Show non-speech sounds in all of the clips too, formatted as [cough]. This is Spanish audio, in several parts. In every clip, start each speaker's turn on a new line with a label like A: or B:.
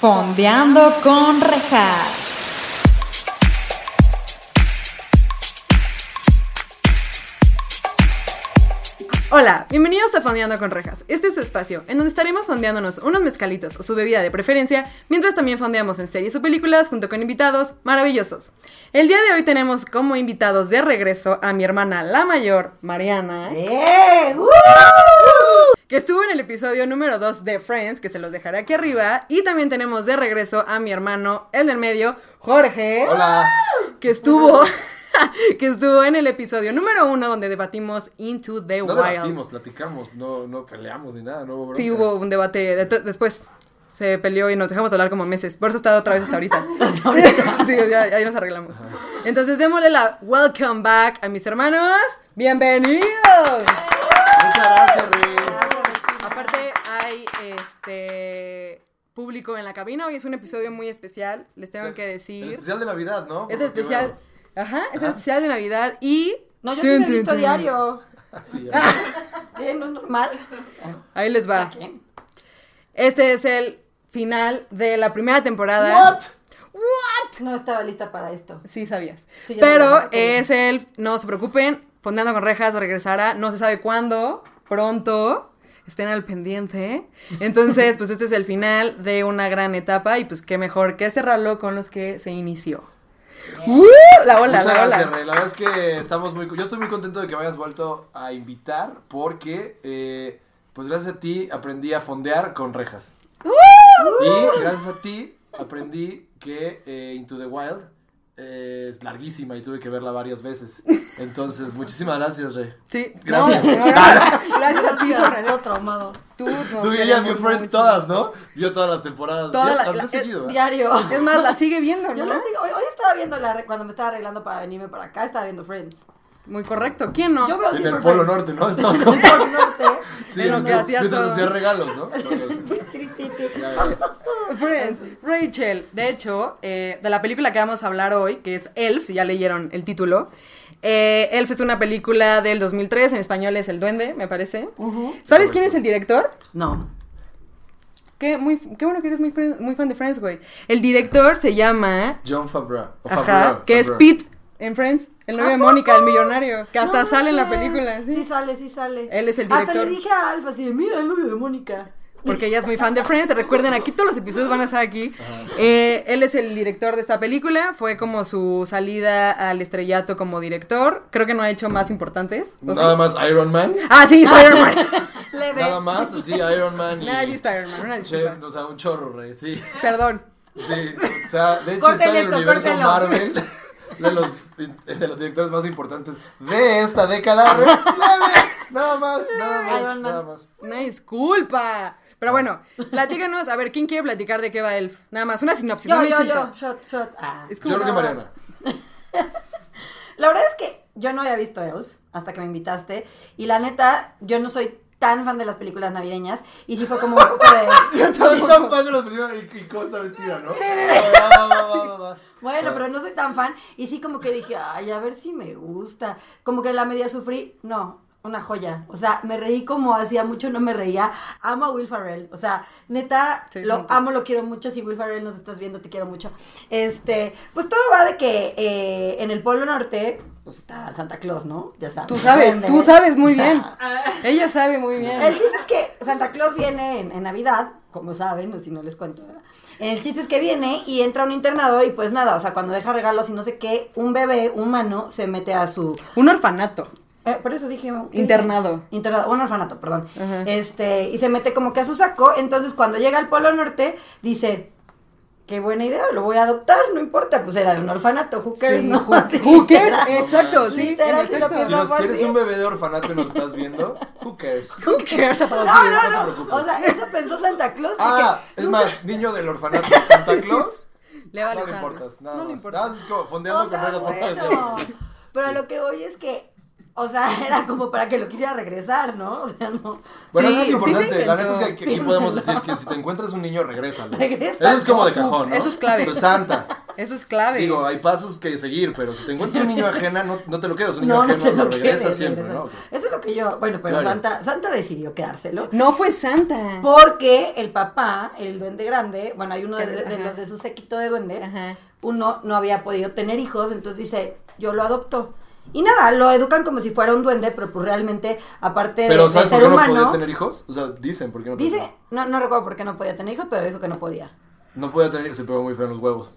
A: Fondeando con Rejas. Hola, bienvenidos a Fondeando con Rejas. Este es su espacio, en donde estaremos fondeándonos unos mezcalitos o su bebida de preferencia, mientras también fondeamos en series o películas junto con invitados maravillosos. El día de hoy tenemos como invitados de regreso a mi hermana la mayor, Mariana,
B: ¡Eh! ¡Uh!
A: que estuvo en el episodio número 2 de Friends, que se los dejaré aquí arriba, y también tenemos de regreso a mi hermano, el del medio, Jorge.
C: Hola.
A: que estuvo [laughs] que estuvo en el episodio número uno donde debatimos Into the
C: No
A: Wild.
C: debatimos, platicamos, no, no peleamos ni nada, no hubo bronca.
A: Sí hubo un debate, de- después se peleó y nos dejamos hablar como meses. Por eso he estado otra vez [laughs] hasta ahorita. sí, ya, ya nos arreglamos. Entonces démosle la welcome back a mis hermanos. Bienvenidos.
C: Muchas gracias, Rui.
A: Aparte hay este público en la cabina, hoy es un episodio muy especial, les tengo que
C: El
A: decir.
C: especial de Navidad, ¿no?
A: Es
C: Por lo
A: [laughs]
C: que
A: especial. Ajá, es especial de Navidad y
B: No, yo sí
A: Tun,
B: me he
A: tun,
B: visto
A: tun.
B: diario.
C: veo. Sí,
A: Ah,
C: ya.
B: ¿Eh? ¿No es normal?
A: Ahí les va. Este es el final de la primera temporada.
C: What?
A: What?
B: No estaba lista para esto.
A: Sí sabías.
B: Sí, ya lo
A: Pero
B: remarqué bien.
A: es el, no se preocupen, Fondeando con Rejas regresará, no se sabe cuándo, pronto, estén al pendiente.
B: [laughs]
A: Entonces, pues este es el final de una gran etapa y pues qué mejor que cerrarlo con los que se inició. ¡Uh! La ola,
C: Muchas
A: la ola.
C: gracias, Rey. La verdad es que estamos muy. Yo estoy muy contento de que me hayas vuelto a invitar porque, eh, pues gracias a ti aprendí a fondear con rejas. Y gracias a ti aprendí que eh, Into the Wild eh, es larguísima y tuve que verla varias veces. Entonces, muchísimas gracias, Rey.
A: Sí.
C: Gracias.
A: No, no,
C: [laughs]
A: no. gracias a ti por
B: Todo traumado.
A: Tú, nos
C: Tú ella
A: queremos
C: vio Friends
A: mucho.
C: todas, ¿no? Vio todas las temporadas.
A: Todas
C: Ya
A: las-
C: las
A: la-
C: ves
A: el-
C: seguido, ¿eh?
B: Diario.
A: Es más, la sigue viendo, ¿no?
B: [laughs] Yo la sigo- Hoy, hoy estaba viendo la re- cuando me estaba arreglando para venirme para acá, estaba viendo Friends.
A: Muy correcto. ¿Quién no?
B: Yo veo
C: En
B: siempre
C: el Polo Norte,
B: Friends.
C: ¿no? [laughs] Estamos
B: En el Polo Norte.
A: [laughs]
C: Sí,
A: En lo que
C: sí,
A: hacía
C: mientras
A: todo.
C: hacía
A: [laughs]
C: regalos, ¿no?
B: Ti, ti, ti.
C: Ya, ya, ya.
A: Friends, Pues, Rachel, de hecho, eh, de la película que vamos a hablar hoy, que es Elf, si ya leyeron el título. eh, Elf es una película del 2003, en español es El Duende, me parece. ¿Sabes quién es el director?
B: No.
A: Qué, muy, qué bueno que eres muy, fren- muy fan de Friends, güey. El director se llama...
C: John Favreau. o
A: Ajá,
C: Favreau,
A: que es
C: Favreau.
A: Pete en Friends, el novio de
B: ¿A
A: Mónica, el
B: poco?
A: millonario, que hasta
B: No
A: sale en la
B: manches.
A: película, sí.
B: Sí sale, sí sale.
A: Él es el
B: Hasta
A: director.
B: le dije a Alfa así, de, mira el novio de Mónica.
A: porque ella es muy fan de Friends. Recuerden, aquí todos los episodios van a estar aquí. Eh, él es el director de esta película. Fue como su salida al estrellato como director. Creo que no ha hecho más importantes. ¿o sí?
C: Nada más Iron Man.
A: Ah, sí, hizo Iron
C: [laughs]
A: Man.
B: Leve.
C: Nada más, así Iron
A: [laughs]
C: Man. y-
A: Nada, he visto Iron Man. una disculpa.
C: Che, o sea, un chorro, rey. Sí.
A: Perdón.
C: Sí. O sea, de hecho,
B: Corten
C: está en el
B: esto,
C: universo
B: córtenlo.
C: Marvel. [laughs] De los, de los directores más importantes de esta década, [laughs] rey. Nada más, nada más,
B: Iron Man.
C: nada más.
A: Una disculpa. Pero bueno, platícanos. A ver, ¿quién quiere platicar de qué va Elf? Nada más, una sinopsis. no
B: Yo,
A: me
B: yo,
A: echen
B: yo,
A: todo.
B: shot, shot. Ah.
A: Es como-
C: Yo creo que Mariana.
B: La verdad es que yo no había visto Elf hasta que me invitaste. Y la neta, yo no soy tan fan de las películas navideñas. Y sí fue como un poco
A: [laughs]
B: de.
C: Yo tampoco los primeros y, y cómo está vestida, ¿no? Ah, Va, va, va, va, va, va.
B: Bueno, pero no soy tan fan. Y sí, como que dije, ay, a ver si me gusta. Como que la media sufrí. No, una joya. O sea, me reí como hacía mucho, no me reía. Amo a Will Farrell. O sea, neta,
A: Sí,
B: lo
A: sí.
B: amo, lo quiero mucho. Si Will Farrell nos estás viendo, te quiero mucho. Este, pues todo va de que eh, en el Polo Norte. Pues está Santa Claus, ¿no? Ya sabes.
A: Tú sabes, tú sabes muy bien. Ella sabe muy
B: ah. El
A: bien.
B: chiste es que Santa Claus viene en, en Navidad, como saben, o si no les cuento, ¿verdad? El chiste es que viene y entra a un internado y pues nada, o sea, cuando deja regalos y no sé qué, un bebé humano se mete a su...
A: Un orfanato.
B: eh, por eso dije... ¿qué dije?
A: Internado.
B: Internado, un orfanato, perdón.
A: Ajá.
B: Este, y se mete como que a su saco, entonces cuando llega al Polo Norte, dice... Qué buena idea, lo voy a adoptar, no importa, pues era de un orfanato, who cares,
A: Sí,
B: ¿no?
A: who-
B: [laughs] Así,
A: who cares?
B: literal.
A: Exacto, sí,
B: Literal,
A: en
B: si lo
A: efecto.
B: piensas,
C: Si, nos-
B: fue
C: si eres
B: así.
C: un bebé de orfanato y nos estás viendo, who cares?
A: Who cares about
B: No,
A: you?
B: no,
C: te
B: no.
C: preocupes.
B: o sea, eso pensó Santa Claus. Porque
C: Ah, es más, niño del orfanato de Santa Claus,
A: Le vale
C: no le
A: madre.
C: importas, nada
A: No le
C: más.
A: importa.
C: Nada más es como
B: o
C: fondeando
B: sea,
C: con reglas por
B: Oh, bueno, pero lo que voy es que, o sea, [laughs] era como para que lo quisiera regresar, ¿no? O sea, no.
C: Bueno,
A: Sí,
C: eso es
A: sí se
C: importante. la neta es que
A: intentó.
C: aquí podemos decir que si te encuentras un niño, regrésalo.
B: Regrésalo.
C: Eso es como de cajón, ¿no?
A: Eso es clave. [laughs]
C: Pues Santa.
A: Eso es clave.
C: Digo, hay pasos que seguir, pero si te encuentras un niño ajena, no, no te lo quedas. Un niño
B: No, no
C: ajeno
B: se
C: lo
B: lo quede,
C: regresa siempre,
B: regresa.
C: ¿no?
B: Eso es lo que yo. Bueno, pero
C: Claro.
B: Santa, Santa decidió quedárselo.
A: no fue Santa.
B: Porque el papá, el duende grande, bueno, hay uno de,
A: Que-
B: de
A: ajá.
B: los de su séquito de duende,
A: Ajá.
B: uno no había podido tener hijos, entonces dice, yo lo adopto. Y nada, lo educan como si fuera un duende, pero pues realmente, aparte de-
C: Pero
B: de,
C: ¿sabes por
B: ser
C: qué no
B: humano,
C: podía tener hijos? O sea, dicen por qué no podía.
B: dice, no, no recuerdo por qué no podía tener hijos, pero dijo que
C: [laughs]
B: no podía.
C: No podía tener hijos, se pegó muy feo en los
B: [laughs]
C: huevos.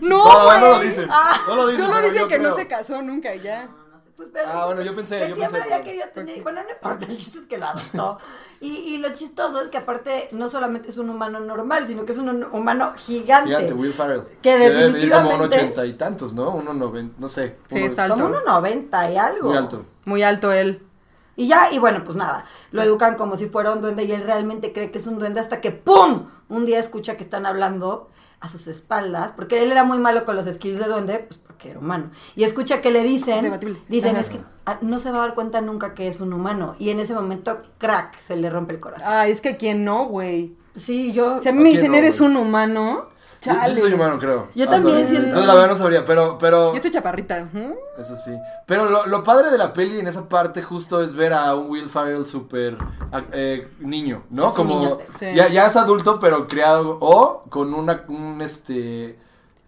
A: No,
C: no, no lo
A: güey.
C: dicen.
B: Ah,
C: No lo dicen.
A: Solo
C: pero
A: dicen
C: yo
A: que no
C: creo.
A: se casó nunca y ya.
B: Pues, pero-
C: Ah, bueno, yo pensé,
B: que
C: yo
B: siempre
C: pensé,
B: había
C: pero-
B: querido tener, bueno, no importa, el chiste es que lo adoptó. Y, y lo chistoso es que aparte no solamente es un humano normal, sino que es un humano gigante.
C: Gigante, Will Farrell.
B: Que
C: Debe medir como un
B: definitivamente-
C: ochenta y tantos, ¿no? Uno noventa, no sé.
A: Sí,
C: uno-
A: está
B: Como
A: alto.
B: 1,90 y algo.
C: Muy alto.
A: Muy alto él.
B: Y ya, y bueno, pues nada,
A: Ah.
B: lo educan como si fuera un duende y él realmente cree que es un duende hasta que ¡pum! Un día escucha que están hablando a sus espaldas, porque él era muy malo con los skills de duende, pues porque era humano. Y escucha que le dicen,
A: Debatible.
B: dicen,
A: Ajá.
B: es que ah, no se va a dar cuenta nunca que es un humano. Y en ese momento, crack, se le rompe el corazón.
A: Ah, es que quién no, güey.
B: Sí, yo...
A: Si a mí
C: ¿A
A: me
C: quién
A: dicen,
C: no,
A: eres
C: güey?
A: un humano,
C: Yo, yo
A: chale.
C: soy humano, creo.
B: Yo
C: Ah,
B: también
C: sabes.
B: siento-
C: Entonces la verdad no sabría, pero... pero...
A: Yo estoy chaparrita. ¿Mm?
C: Eso sí. Pero lo, lo padre de la peli en esa parte justo es ver a un Will Farrell súper ac- eh, niño, ¿no?
B: Es un
C: Como
B: niñote.
A: Sí.
C: ya, ya es adulto pero creado o con una un este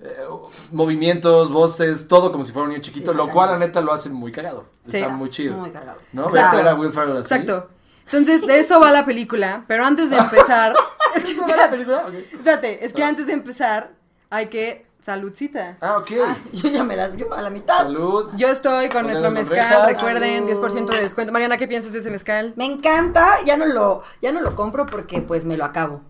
C: eh, movimientos, voces, todo como si fuera un niño chiquito,
B: Sí,
C: lo
B: está
C: cual la
B: bien.
C: neta lo hacen muy cagado.
A: Sí.
C: Está muy chido.
B: Muy cagado.
C: ¿No? Ver-
A: Exacto.
C: Ver a Will Farrell así.
A: Exacto. Entonces, de eso va la película. Pero antes
C: [laughs]
A: de empezar. [laughs]
C: ¿Es que va la película? Ok.
A: Espérate, es que antes de empezar, hay que. Saludcita.
C: Ah, ok.
B: Ah, [laughs] yo ya me las... Yo a la mitad.
C: Salud.
A: Yo estoy con
C: Ponle
A: nuestro
C: las
A: mezcal,
C: orejas.
A: recuerden,
B: Salud.
A: 10% de descuento. Mariana, ¿qué piensas de ese mezcal?
B: Me encanta, ya no lo, ya no lo compro porque pues me lo acabo.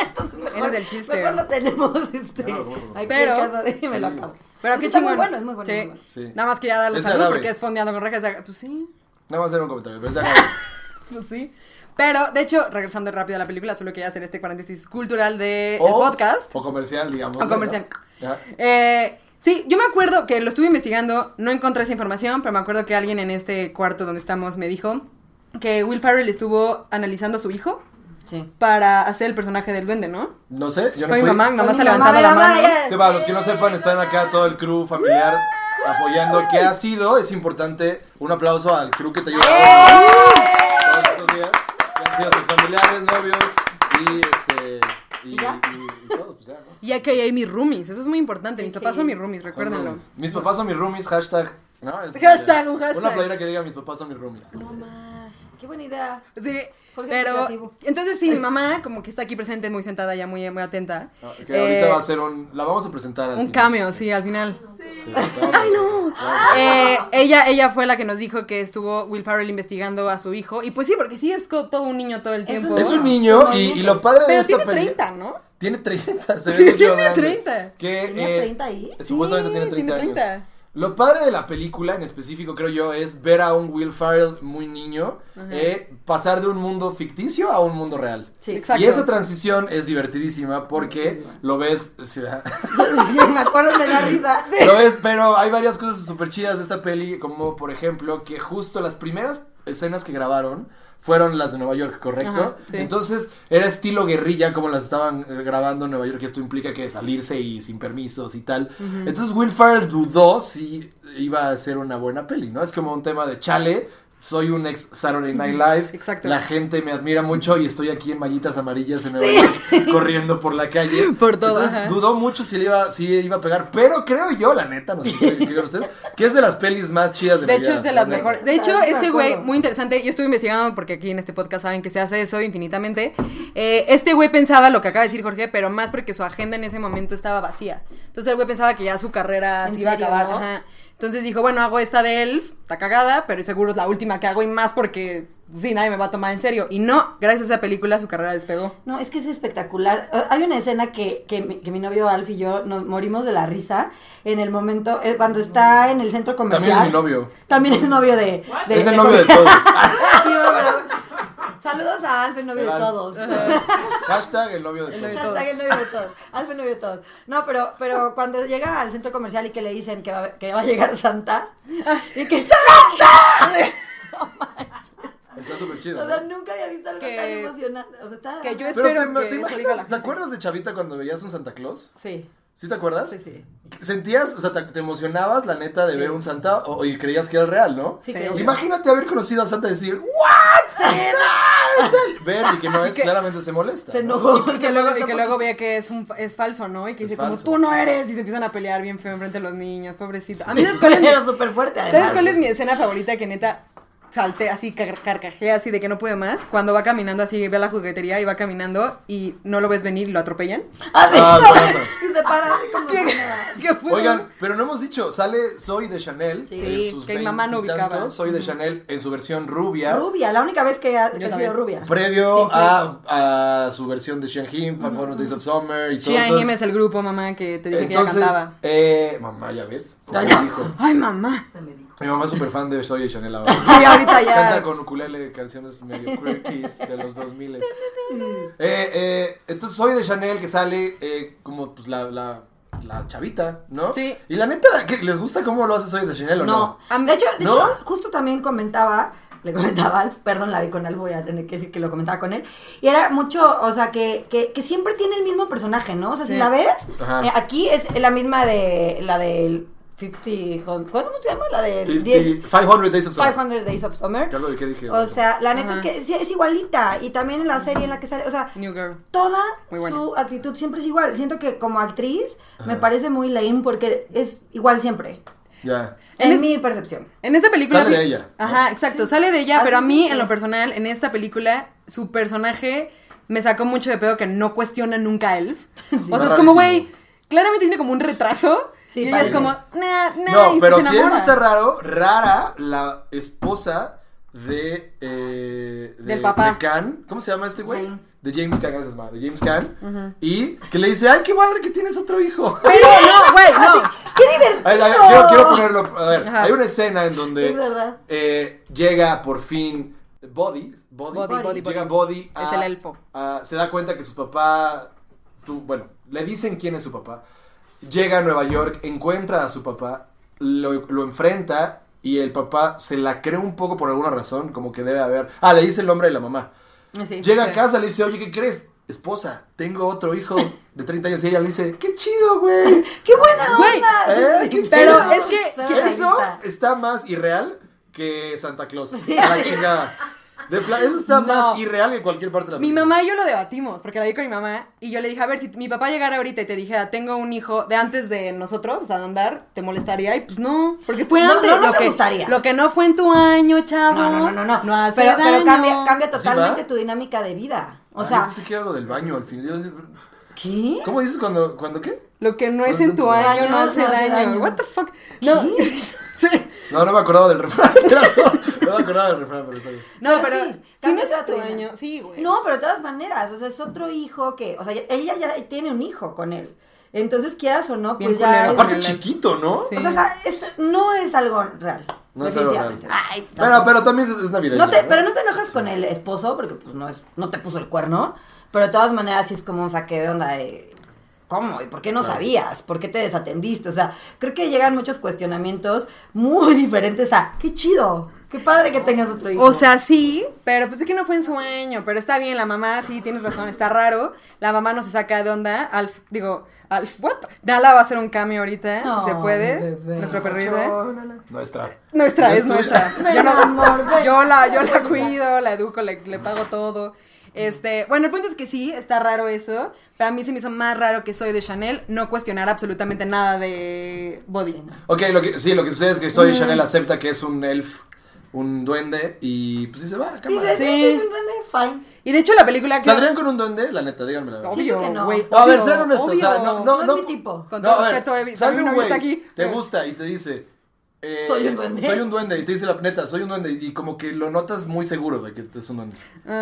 B: Entonces, mejor,
A: Eres del chiste.
B: Mejor lo tenemos este,
C: Claro, Ah, bueno.
B: aquí
A: Pero-
B: en casa de me lo
C: Sí.
B: acabo.
A: Pero
B: Es
A: qué
B: que está
A: chingón.
B: Muy bueno, es muy bueno.
A: Sí.
B: muy bueno.
C: Sí.
A: Nada más quería darle
C: Es
A: salud
C: agradable.
A: porque es fondeando con rejas. de- Pues sí,
C: Nada más hacer un comentario,
A: [laughs]
C: pero es de agradable.
A: pues sí. Pero, de hecho, regresando rápido a la película, solo quería hacer este paréntesis cultural de
C: O-
A: el podcast.
C: O comercial, digamos.
A: O comercial.
C: ¿no? Oh. Ajá.
A: Eh, sí, yo me acuerdo que lo estuve investigando, no encontré esa información, pero me acuerdo que alguien en este cuarto donde estamos me dijo que Will Farrell estuvo analizando a su hijo
B: Sí.
A: para hacer el personaje del duende, ¿no?
C: No sé, yo no
A: Fue mi
C: fui.
A: mamá, mi mamá
B: Fue
A: está
B: mi mamá,
A: levantando
B: mi
A: la mano.
B: mamá, ella-
C: Sí, para los que no sepan, están acá todo el crew familiar apoyando, que ha sido, es importante, un aplauso al crew que te ayuda
A: ¡Eh!
C: todos estos días, que han sido sus familiares, novios y este... Y,
B: ¿Y ya?
C: y- y todos, pues ya, ¿no?
A: Y acá hay mis roomies, eso es muy importante. Mis
B: AKA.
A: papás son mis roomies,
C: Son
A: recuérdenlo.
C: roomies. Mis papás son mis roomies, hashtag... ¿no? Es-
A: Hashtag, un hashtag.
C: Una playera que diga mis papás son mis roomies.
B: Qué buena idea. [laughs]
A: Sí,
B: Jorge
A: pero
B: Educativo.
A: entonces sí, mi mamá como que está aquí presente, muy sentada ya, muy, muy atenta.
C: Ah, Que
A: Eh,
C: ahorita va a ser un... La vamos a presentar al
A: un
C: final.
A: cameo, sí, al final.
C: Sí, la vamos a-
A: Eh, ella, ella fue la que nos dijo que estuvo Will Farrell investigando a su hijo. Y pues sí, porque sí es co- todo un niño todo el tiempo.
C: Es un niño y, y lo padre de
A: Ah, Pero
C: esta
A: tiene
C: peli...
A: 30, ¿no?
C: Tiene 30, se ve
A: Sí,
C: mucho
A: tiene
C: grande.
A: 30.
C: Que,
B: ¿Tenía
C: eh,
B: 30 ahí?
C: Supuestamente
A: Sí,
C: tiene 30,
A: tiene 30.
C: años. Lo padre de la película, en específico, creo yo, es ver a un Will Ferrell muy niño eh, pasar de un mundo ficticio a un mundo real.
B: Sí.
A: Exacto.
C: Y esa transición es divertidísima porque lo ves, sí, [laughs] ¿verdad?
B: Sí, me acuerdo, me da risa. Sí.
C: lo
A: [laughs]
C: ves, pero hay varias cosas súper chidas de esta peli, como por ejemplo que justo las primeras escenas que grabaron fueron las de Nueva York, ¿correcto?
A: Ajá, sí.
C: Entonces era estilo guerrilla como las estaban eh, grabando en Nueva York, y esto implica que salirse y sin permisos y tal. Entonces Will Ferrell dudó si iba a ser una buena peli, ¿no? Es como un tema de chale. Soy un ex Saturday Night Live.
A: exacto.
C: La gente me admira mucho y estoy aquí en mallitas amarillas en Nueva York corriendo por
A: [laughs]
C: la calle.
A: Por todo,
C: Entonces,
A: ajá.
C: dudó mucho si le iba, si iba a pegar, pero creo yo, la neta, no sé
A: [laughs]
C: qué digan ustedes, que es de las pelis más chidas de
A: De
C: mi
A: hecho,
C: vida,
A: es de
C: la
A: las
C: neta.
A: mejores. De hecho,
B: Estamos Ah, de
A: ese güey,
B: acuerdo.
A: muy interesante. Yo estuve investigando porque aquí en este podcast saben que se hace eso infinitamente. Eh, este güey pensaba lo que acaba de decir Jorge, pero más porque su agenda en ese momento estaba vacía. Entonces el güey pensaba que ya su carrera
B: ¿En
A: se iba a
B: serio?
A: acabar. ajá. Entonces dijo, bueno, hago esta de Elf, está cagada, pero seguro es la última que hago y más porque sí, nadie me va a tomar en serio. Y no, gracias a esa película su carrera despegó.
B: No, es que es espectacular. Eh, Hay una escena que, que, mi, que mi novio Alf y yo nos morimos de la risa en el momento, eh, cuando está en el centro comercial.
C: También es mi novio.
B: También es novio de... de-
C: Es el novio de todos.
B: [laughs]
A: [laughs]
B: Sí, bueno, bueno. Saludos a Alf, el novio de
C: Alf.
B: todos.
C: Hashtag el novio de
A: El novio de
C: todos.
B: Hashtag el novio de todos. Alf, el novio de todos. No, pero, pero cuando llega al centro comercial y que le dicen que va, que va a llegar Santa, y que ¡Santa!
C: Está súper chido.
B: O sea,
C: ¿no?
B: nunca había visto algo
A: Que-
B: tan emocionante. O sea, está.
A: que yo-
C: Pero
A: espero
C: te,
A: que
C: te
A: eso diga la
C: imaginas, ¿te
A: gente.
C: acuerdas de chavita cuando veías un Santa Claus?
B: Sí.
C: ¿Sí te acuerdas?
B: Sí, sí.
C: Sentías, o sea, te, te emocionabas la neta de ver un Santa o- y creías que era el real, ¿no?
B: Sí,
A: Sí,
B: creo.
C: Imagínate haber conocido a Santa y decir, ¿What? ¡No, es él! Ver y que
A: [laughs]
C: no es,
A: que-
C: claramente se molesta.
B: Se
C: ¿no?
B: enojó.
A: Y [laughs] que luego, y que luego vea que es, un, fa- es falso, ¿no? Y que
C: Es
A: dice como,
C: falso.
A: tú no eres. Y se empiezan a pelear bien feo enfrente de los niños, pobrecito. A mí, ¿sabes cuál es mi-
B: Pero súper fuerte,
A: ¿Sabes
B: además.
A: cuál es mi escena favorita que neta salté así, car- carcajé así de que no pude más? Cuando va caminando así, ve a la juguetería y va caminando y no lo ves venir y lo atropellan. [laughs]
B: Ah, sí.
C: Ah, pasa.
B: [laughs] Y se para así como
A: ¿Qué,
B: si nada.
A: qué fue?
C: Oigan, pero no hemos dicho, sale Soy de Chanel.
B: Sí,
C: en sus
A: que mi mamá no ubicaba.
C: veintitantos, Soy de Chanel en su versión rubia.
B: Rubia, la única vez que ha, que ha
A: también.
B: sido rubia.
C: Previo
B: Sí, sí,
C: a, a su versión de Shanghin, Five Hundred Days of Summer y todo
A: Shia
C: entonces-
A: Jim es el grupo, mamá, que te dije que
C: Entonces,
A: ella cantaba.
C: eh, mamá, ya ves. Se
B: Ay,
C: me
B: no.
C: dijo.
A: Ay, mamá.
B: Se me dijo.
C: Mi mamá es súper fan de Soy de Chanel ahora.
A: Sí, ahorita
C: Canta
A: [laughs] ya.
C: con ukulele canciones medio quirkies de
A: [laughs]
C: los 2000. eh, eh, entonces Soy de Chanel que sale eh, como pues la, la, la chavita, ¿no?
A: Sí.
C: Y la neta, ¿qué- ¿les gusta cómo lo hace Soy de Chanel o no?
B: No. De hecho, de
C: ¿No?
B: hecho, justo también comentaba, [laughs] le comentaba a Alf, perdón, la vi con Alf, voy a tener que decir que lo comentaba con él. Y era mucho, o sea, que, que, que siempre tiene el mismo personaje, ¿no? O sea,
A: Sí.
B: si la ves,
C: Ajá.
B: eh, aquí es la misma de la del 50, Hon- ¿cómo se llama? La del 10,
C: 50, 500 Days of Summer.
B: 500 Days of Summer.
C: ¿Qué algo de qué dije?
B: O sea, la neta
A: Ajá.
B: es que sí, es igualita. Y también en la serie en la que sale, o sea,
A: New Girl.
B: toda
A: Muy buena.
B: su actitud siempre es igual. Siento que como actriz me parece muy lame porque es igual siempre.
C: Ya.
A: En
B: En,
A: es-
B: mi percepción.
A: En esta película.
C: Sale
A: sí-
C: de ella, ¿no?
A: Ajá, exacto, sale de ella,
B: Ah,
A: pero a
B: sí,
A: mí,
B: sí, sí.
A: en lo personal, en esta película, su personaje me sacó mucho de pedo que no cuestiona nunca a
B: [laughs]
A: Elf. o sea, es
C: Rarísimo.
A: como, güey, claramente tiene como un retraso.
B: Sí,
A: y ella es
B: padre.
A: como, nah, nah, y
C: No,
A: sí
C: pero
A: se
C: si eso
A: enamora.
C: está raro, rara la esposa de. eh, de-
A: Del papá.
C: De Can. ¿Cómo se llama este güey?
B: James.
C: De James Can, gracias, ma, De James Can. Y que le dice, ay, qué madre que tienes otro hijo.
A: Pero no, güey, no.
C: [laughs]
B: ¡Qué divertido!
C: Ay, ay, quiero, quiero ponerlo. A ver,
A: Ajá.
C: hay una escena en donde.
B: Es verdad.
C: eh, llega por fin. Body. Body.
A: Body, Body,
C: llega Body.
A: Es el elfo.
C: a- se da cuenta que su papá. tú- bueno, le dicen quién es su papá. Llega a Nueva York, encuentra a su papá, lo, lo enfrenta y el papá se la cree un poco por alguna razón, como que debe haber. Ah, le dice el nombre de la mamá.
B: Sí.
C: Llega a
A: sí.
C: casa, le dice, oye, ¿qué crees? Esposa, tengo otro hijo de 30 años. Y ella le dice, qué
A: [laughs]
C: chido, güey.
B: ¡Qué buena
A: Güey,
B: onda!
C: eh,
B: Sí, sí,
C: qué
A: Pero
C: chido.
A: es que-
B: Suena
A: que
C: Eso
B: realista.
C: está más irreal que Santa Claus. A la chingada. De pla- eso está
A: No.
C: más irreal que cualquier parte de la
A: Mi
C: película.
A: mamá y yo lo debatimos, porque la vi con mi mamá, y yo le dije, a ver, si mi papá llegara ahorita y te dijera, tengo un hijo de antes de nosotros, o sea, de andar, ¿te molestaría? Y pues no, porque fue
B: No,
A: antes.
B: no, no
A: lo
B: te
A: que,
B: gustaría.
A: Lo que no fue en tu año, chavos.
B: No, no, no, no. no.
A: hace
B: pero pero
A: daño.
B: cambia, cambia
C: ¿Así va?
B: totalmente tu dinámica de vida. O
C: Ah, yo
B: sea,
C: pensé que era algo del baño al fin. Yo-
B: ¿qué?
C: ¿Cómo dices cuando, cuando qué?
A: Lo que no es en tu año, no hace daño. What the fuck? No. [laughs]
C: No, no me acordaba del refrán. [laughs] No, me acordaba del refrán, pero está bien.
A: no, pero
B: sí,
A: si no
B: cambia
A: es
B: toda
A: en tu
B: tu vida.
A: año, sí, güey.
B: No, pero de todas maneras, o sea, es otro hijo que, o sea, ella ya tiene un hijo con él. Entonces, quieras o no, pues
A: Bien
B: ya...
A: culero.
B: es-
C: Aparte chiquito, ¿no?
A: Sí.
B: O sea, sa- esto no es algo real.
C: No es algo
B: definitivamente.
C: real.
B: Ay,
C: Bueno, pero también es, es navideño.
B: no te, pero no te enojas con el esposo, porque pues no es, no te puso el cuerno. Pero de todas maneras sí es como un saque de onda de ¿cómo? ¿Y por qué no sabías? ¿Por qué te desatendiste? O sea, creo que llegan muchos cuestionamientos muy [laughs] diferentes a qué chido, qué padre que tengas otro hijo.
A: O sea, sí, pero pues es que no fue en su año, pero está bien, la mamá, sí, tienes razón, está raro, la mamá no se saca de onda, Alf, digo, Alf, what? Nala va a hacer un cambio ahorita, si se
B: Ay,
A: puede,
B: bebé.
A: nuestra perrita.
B: Chónala.
C: Nuestra.
A: Nuestra,
C: No
A: es
C: tuya.
A: nuestra.
C: [laughs]
A: [laughs]
B: Ven,
A: Yo, no-
B: amor, ven.
A: yo la, yo la cuido, la educo, le, le pago todo. Este, bueno, el punto es que sí, está raro eso, pero a mí se me hizo más raro que soy de Chanel no cuestionar absolutamente nada de body.
C: Ok, lo que, sí, lo que sucede es que Soy Chanel acepta que es un elf, un duende, y pues sí se va.
B: Sí,
C: cámara.
B: sí, sí,
A: Sí.
B: sí, es un duende, fine.
A: Y de hecho la película... que-
C: ¿Saldrían con un duende? La neta, díganme la verdad.
B: Siento que
A: Obvio,
B: no.
A: güey.
C: No, a ver,
A: obvio,
C: sean honestos, o sea,
A: obvio.
C: no, no,
B: No es
C: no.
B: mi tipo.
A: Con
C: No,
A: todo
C: a ver,
A: respeto, Evi,
C: Sale
A: también
C: un
A: no
C: güey,
A: está aquí.
C: te
A: Pero-
C: gusta y te dice. eh,
B: Soy un duende.
C: Soy un duende, y te dice la neta, soy un duende. Y como que lo notas muy seguro de que es un duende.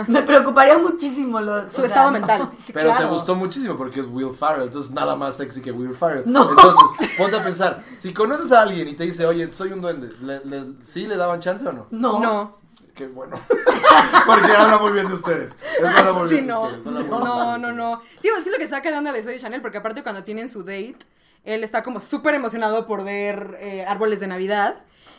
B: Me preocuparía muchísimo lo,
A: Ah. Su estado mental.
B: [laughs] sí,
C: Pero te
B: claro.
C: gustó muchísimo porque es Will Farrell, entonces nada más sexy que Will Farrell.
B: No.
C: Entonces, ponte a pensar, si conoces a alguien y te dice, oye, soy un duende, ¿le, le- sí le daban chance o no?
B: No.
A: No.
C: Qué bueno. [laughs] porque habla muy bien de ustedes. Eso habla
A: [laughs]
C: muy
A: Sí,
C: bien de
A: no.
C: ustedes, habla muy bien de
A: No,
C: ustedes.
A: no, no. Sí, pues es que es lo que saca de onda de Soy de Chanel, porque aparte cuando tienen su date, él está como súper emocionado por ver eh, árboles de Navidad.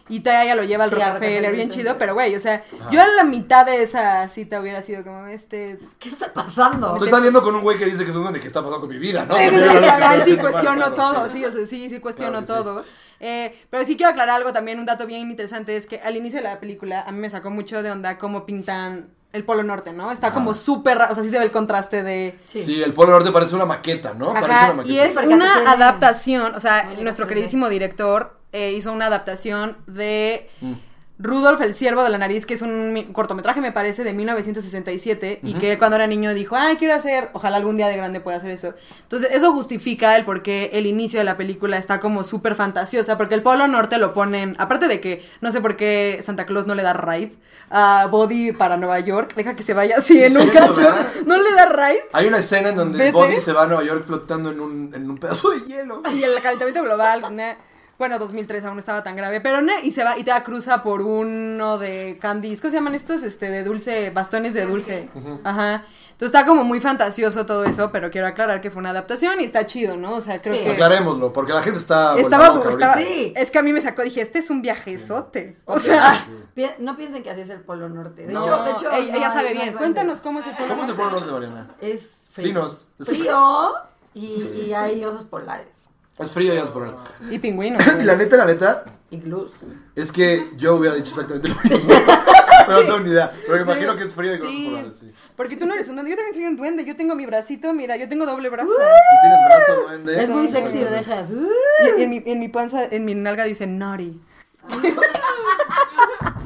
A: y Taya lo lleva al
B: Sí, al
A: Rockefeller, bien
B: Rockefeller,
A: chido,
B: sí.
A: pero güey, o sea, yo a la mitad de esa cita hubiera sido como este...
B: ¿Qué está pasando?
C: Estoy saliendo con un güey que dice que es un de que está pasando con mi vida, ¿no?
A: [laughs] Sí,
C: Porque
A: sí,
C: yo
A: sí,
C: lo que
A: ahí
C: estoy
A: sí
C: haciendo mal,
A: cuestiono
C: claro,
A: todo,
C: sí.
A: sí, o sea, sí, sí cuestiono
C: Claro que sí.
A: todo. Eh, pero sí quiero aclarar algo también, un dato bien interesante es que al inicio de la película a mí me sacó mucho de onda cómo pintan el Polo Norte, ¿no? Está como súper, ra- o sea, sí se ve el contraste de...
C: Sí. el Polo Norte parece una maqueta, ¿no? parece una
A: Ajá,
C: maqueta.
A: y es
B: Porque antes
A: una
B: era-
A: adaptación, o sea,
B: Ay,
A: nuestro
B: ok.
A: queridísimo director eh, hizo una adaptación de
C: Mm.
A: Rudolf el Ciervo de la Nariz, que es un mi- cortometraje, me parece, de 1967, y que él cuando era niño dijo, ay, quiero hacer, ojalá algún día de grande pueda hacer eso. Entonces, eso justifica el por qué el inicio de la película está como súper fantasiosa, porque el Polo Norte lo ponen, aparte de que no sé por qué Santa Claus no le da ride a Body para Nueva York, deja que se vaya así en un
C: cierto,
A: cacho,
C: ¿verdad?
A: no le da ride.
C: Hay una escena en donde
A: Vete.
C: Bonnie se va a Nueva York flotando en un, en un pedazo de hielo.
A: Y el calentamiento global, ne. bueno, 2003 aún no estaba tan grave, pero ne, y se va y te da cruza por uno de candies, ¿cómo se llaman estos? Este, de dulce, bastones de dulce. Ajá. Entonces está como muy fantasioso todo eso, pero quiero aclarar que fue una adaptación y está chido, ¿no? O sea, creo
B: Sí.
A: que...
C: Aclarémoslo, porque la gente está.
A: Estaba,
C: vuelta
A: du-
C: loca
A: estaba-
C: pues, ahorita.
B: Sí.
A: es que a mí me sacó, dije, este es un viajezote. O
B: Ok.
A: sea,
B: Pi- no piensen que así es el Polo Norte. De
A: no,
B: hecho, de hecho,
A: ella, ella
B: no,
A: sabe
B: hay- no
A: bien.
B: hay baños.
A: Cuéntanos cómo es el pueblo.
C: ¿Cómo se pone el norte, Mariana?
B: Es frío.
C: Dinos.
B: Frío y, y hay osos polares.
C: Es frío ya es por ahí.
A: Y pingüinos.
C: [laughs] Y la neta, la neta,
B: Incluso.
C: es que yo hubiera dicho exactamente lo mismo. [laughs] Pero no tengo ni idea. Pero me imagino que es frío y cosas
A: Sí.
C: por ahí, sí.
A: Porque tú no eres un duende, yo también soy un duende, yo tengo mi bracito, mira, yo tengo doble brazo.
C: Tú tienes brazos, duende.
B: Es muy
C: Tienes
B: sexy,
C: brazos.
B: orejas. Uh.
A: Y en mi, en mi panza, en mi nalga dice [laughs] naughty.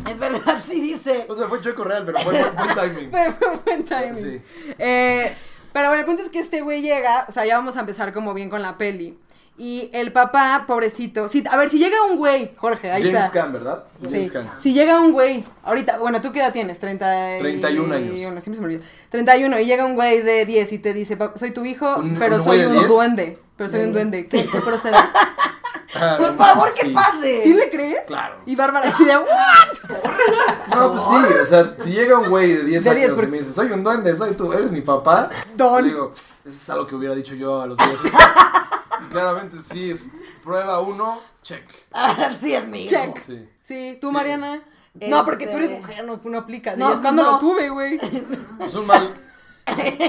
B: Es verdad, sí dice.
C: O sea, fue chueco real, pero fue buen, buen timing.
A: Fue fue buen timing.
C: Sí.
A: Eh, pero bueno, el punto es que este güey llega, o sea, ya vamos a empezar como bien con la peli. Y el papá, pobrecito. sí, a ver, si llega un güey, Jorge, [laughs] ahí
C: James
A: está.
C: Caan, ¿verdad?
A: Sí. [laughs]
C: James Caan.
A: Si llega un güey, ahorita, bueno, ¿tú qué edad tienes? 30 y-
C: 31 años.
A: Bueno, siempre se me olvida. 31, y llega un güey de 10 y te dice, "Pa- soy tu hijo,
C: ¿Un-
A: pero
C: un güey
A: soy
C: de
A: un
C: 10?
A: duende. Pero soy un duende. ¿Qué, qué
C: [laughs]
A: procede?
C: Ah,
B: Por
C: no,
B: favor,
C: sí.
B: que pase.
A: ¿Sí le crees?
C: Claro.
A: Y Bárbara así de, ¿what?
C: No, pues sí, o sea, si llega un güey de 10
A: De
C: años
A: 10,
C: y
A: porque-
C: me dice, soy un duende, soy tú, eres mi papá.
A: Don.
C: le digo, eso es algo que hubiera dicho yo a los 10. Y Claramente sí, es prueba uno, check.
B: Ah, sí, es mío.
A: Check.
C: Sí.
A: Sí. tú,
C: Sí.
A: Mariana.
B: Este-
A: No, porque tú eres mujer, no, no aplicas.
B: No,
A: No, es cuando
B: no.
A: lo tuve, [laughs] güey.
C: Es un mal.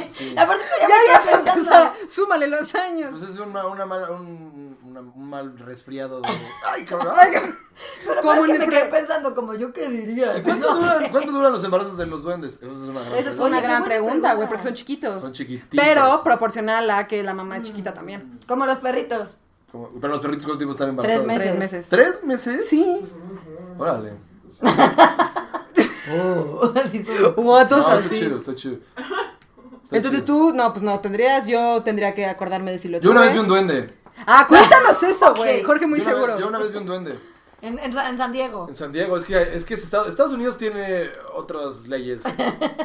C: Sí.
B: Aparte,
A: Ya,
B: ya, me
A: ya,
B: estaba
A: se- o
B: pensando.
A: sea, súmale los
C: Pues
A: años.
C: es un, ma- una mala, un, una- un mal resfriado. De... Ay, cabrón.
A: Ay, cabrón.
B: Pero
A: Como
B: es que
A: en
B: me
A: el
B: quedé
A: pre-
B: pensando como yo qué diría.
C: ¿Y ¿Cuánto
B: No.
C: duran, cuánto duran los embarazos de los duendes? Esa es una gran
A: Esa es
C: pregunta.
A: una
B: qué
A: gran
B: buena
A: pregunta, güey,
B: pregunta.
A: porque son chiquitos.
C: Son chiquititos.
A: Pero proporcional a que la mamá es chiquita también.
B: Como los perritos. [laughs]
C: Como- Pero los perritos, ¿cuánto tiempo están embarazados?
B: meses.
A: Tres meses.
C: ¿Tres meses?
A: Sí.
C: Órale.
B: Oh, sí, sí.
A: U otros
C: No, está
A: así.
C: chido, está chido. [laughs] Está
A: Entonces
C: chido.
A: tú, no, pues no, tendrías, yo tendría que acordarme de si lo
C: Yo una
A: tuve.
C: vez vi un duende.
A: Ah, cuéntanos eso, güey.
B: Ok.
A: Jorge, muy
C: Yo una vez-
A: seguro.
C: yo una vez vi un duende.
B: En, en, Sa- en San Diego.
C: En San Diego, es que, es que es Estados, Estados Unidos tiene otras leyes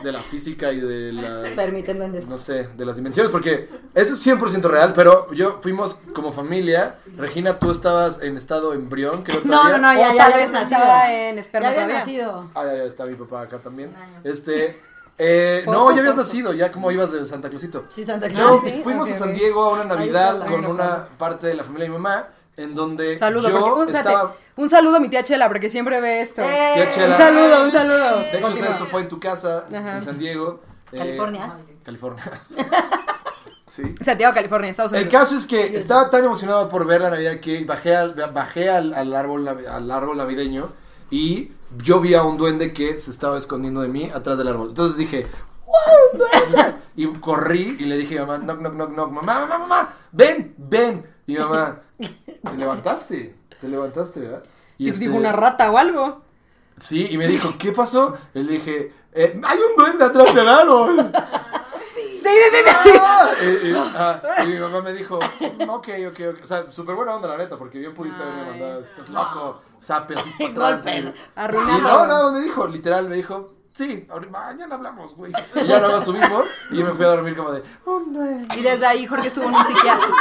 C: de la física y de la...
B: Permiten duendes.
C: No sé, de las dimensiones, porque esto es 100% real, pero yo fuimos como familia. Regina, tú estabas en estado embrión, creo
B: No, no,
C: todavía.
B: no, ya,
A: O
B: ya
A: tal
B: habías
A: vez
B: nacido.
A: estaba en esperma
B: ya habías
A: todavía.
B: nacido.
C: Ah, ya, ya está mi papá acá también.
B: Un año.
C: Este. eh, no,
A: Fosfo,
C: ya habías
A: fosfo.
C: nacido, ya como ibas de Santa Cruzito.
B: Sí, Santa
C: Yo
B: Claus.
A: Ah, ¿sí?
C: fuimos
A: Ok,
C: a San
A: ok.
C: Diego a una Navidad
B: está, ahí
C: con
B: no
C: una parte de la familia de mi mamá, en donde
A: Saludo,
C: yo
A: porque- un, espérate,
C: estaba.
A: un saludo a mi tía Chela, porque siempre ve esto.
B: ¡Eh!
C: Tía Chela.
A: Un saludo, un saludo.
C: De hecho,
A: Continúa.
C: esto fue en tu casa,
A: Ajá.
C: en San Diego. eh,
B: California.
C: California. sí.
A: Santiago, California, Estados
C: El
A: Unidos.
C: caso es que estaba tan emocionado por ver la Navidad que bajé al, bajé al, al árbol, navi- al árbol navideño y yo vi a un duende que se estaba escondiendo de mí atrás del árbol. Entonces dije, ¡Wow,
A: [laughs]
C: un duende! Y corrí y le dije a mi mamá, knock, knock, knock, knock, mamá, mamá, mamá, ven, ven. Y mi mamá, te levantaste, te levantaste, ¿verdad?
A: Si
C: Y este-
A: dijo una rata o algo.
C: Sí, y me dijo, ¿qué pasó? Y le dije, "Eh, hay un duende atrás del árbol.
A: Sí, sí, sí, sí.
C: Ah, y, y- ah, y mi mamá me dijo, ok, ok, ok. O sea, súper buena onda, la neta, porque bien pudiste haberme
A: Ay.
C: mandado, estás loco,
A: [laughs]
C: sape así para atrás.
B: Golpes,
C: y-
A: arruinado.
C: Y no, no, me dijo, literal, me dijo, sí, ahorita- mañana hablamos, güey. Y ya nada más subimos y yo me fui a dormir como de, un duende.
A: Y desde ahí Jorge estuvo en un psiquiátrico.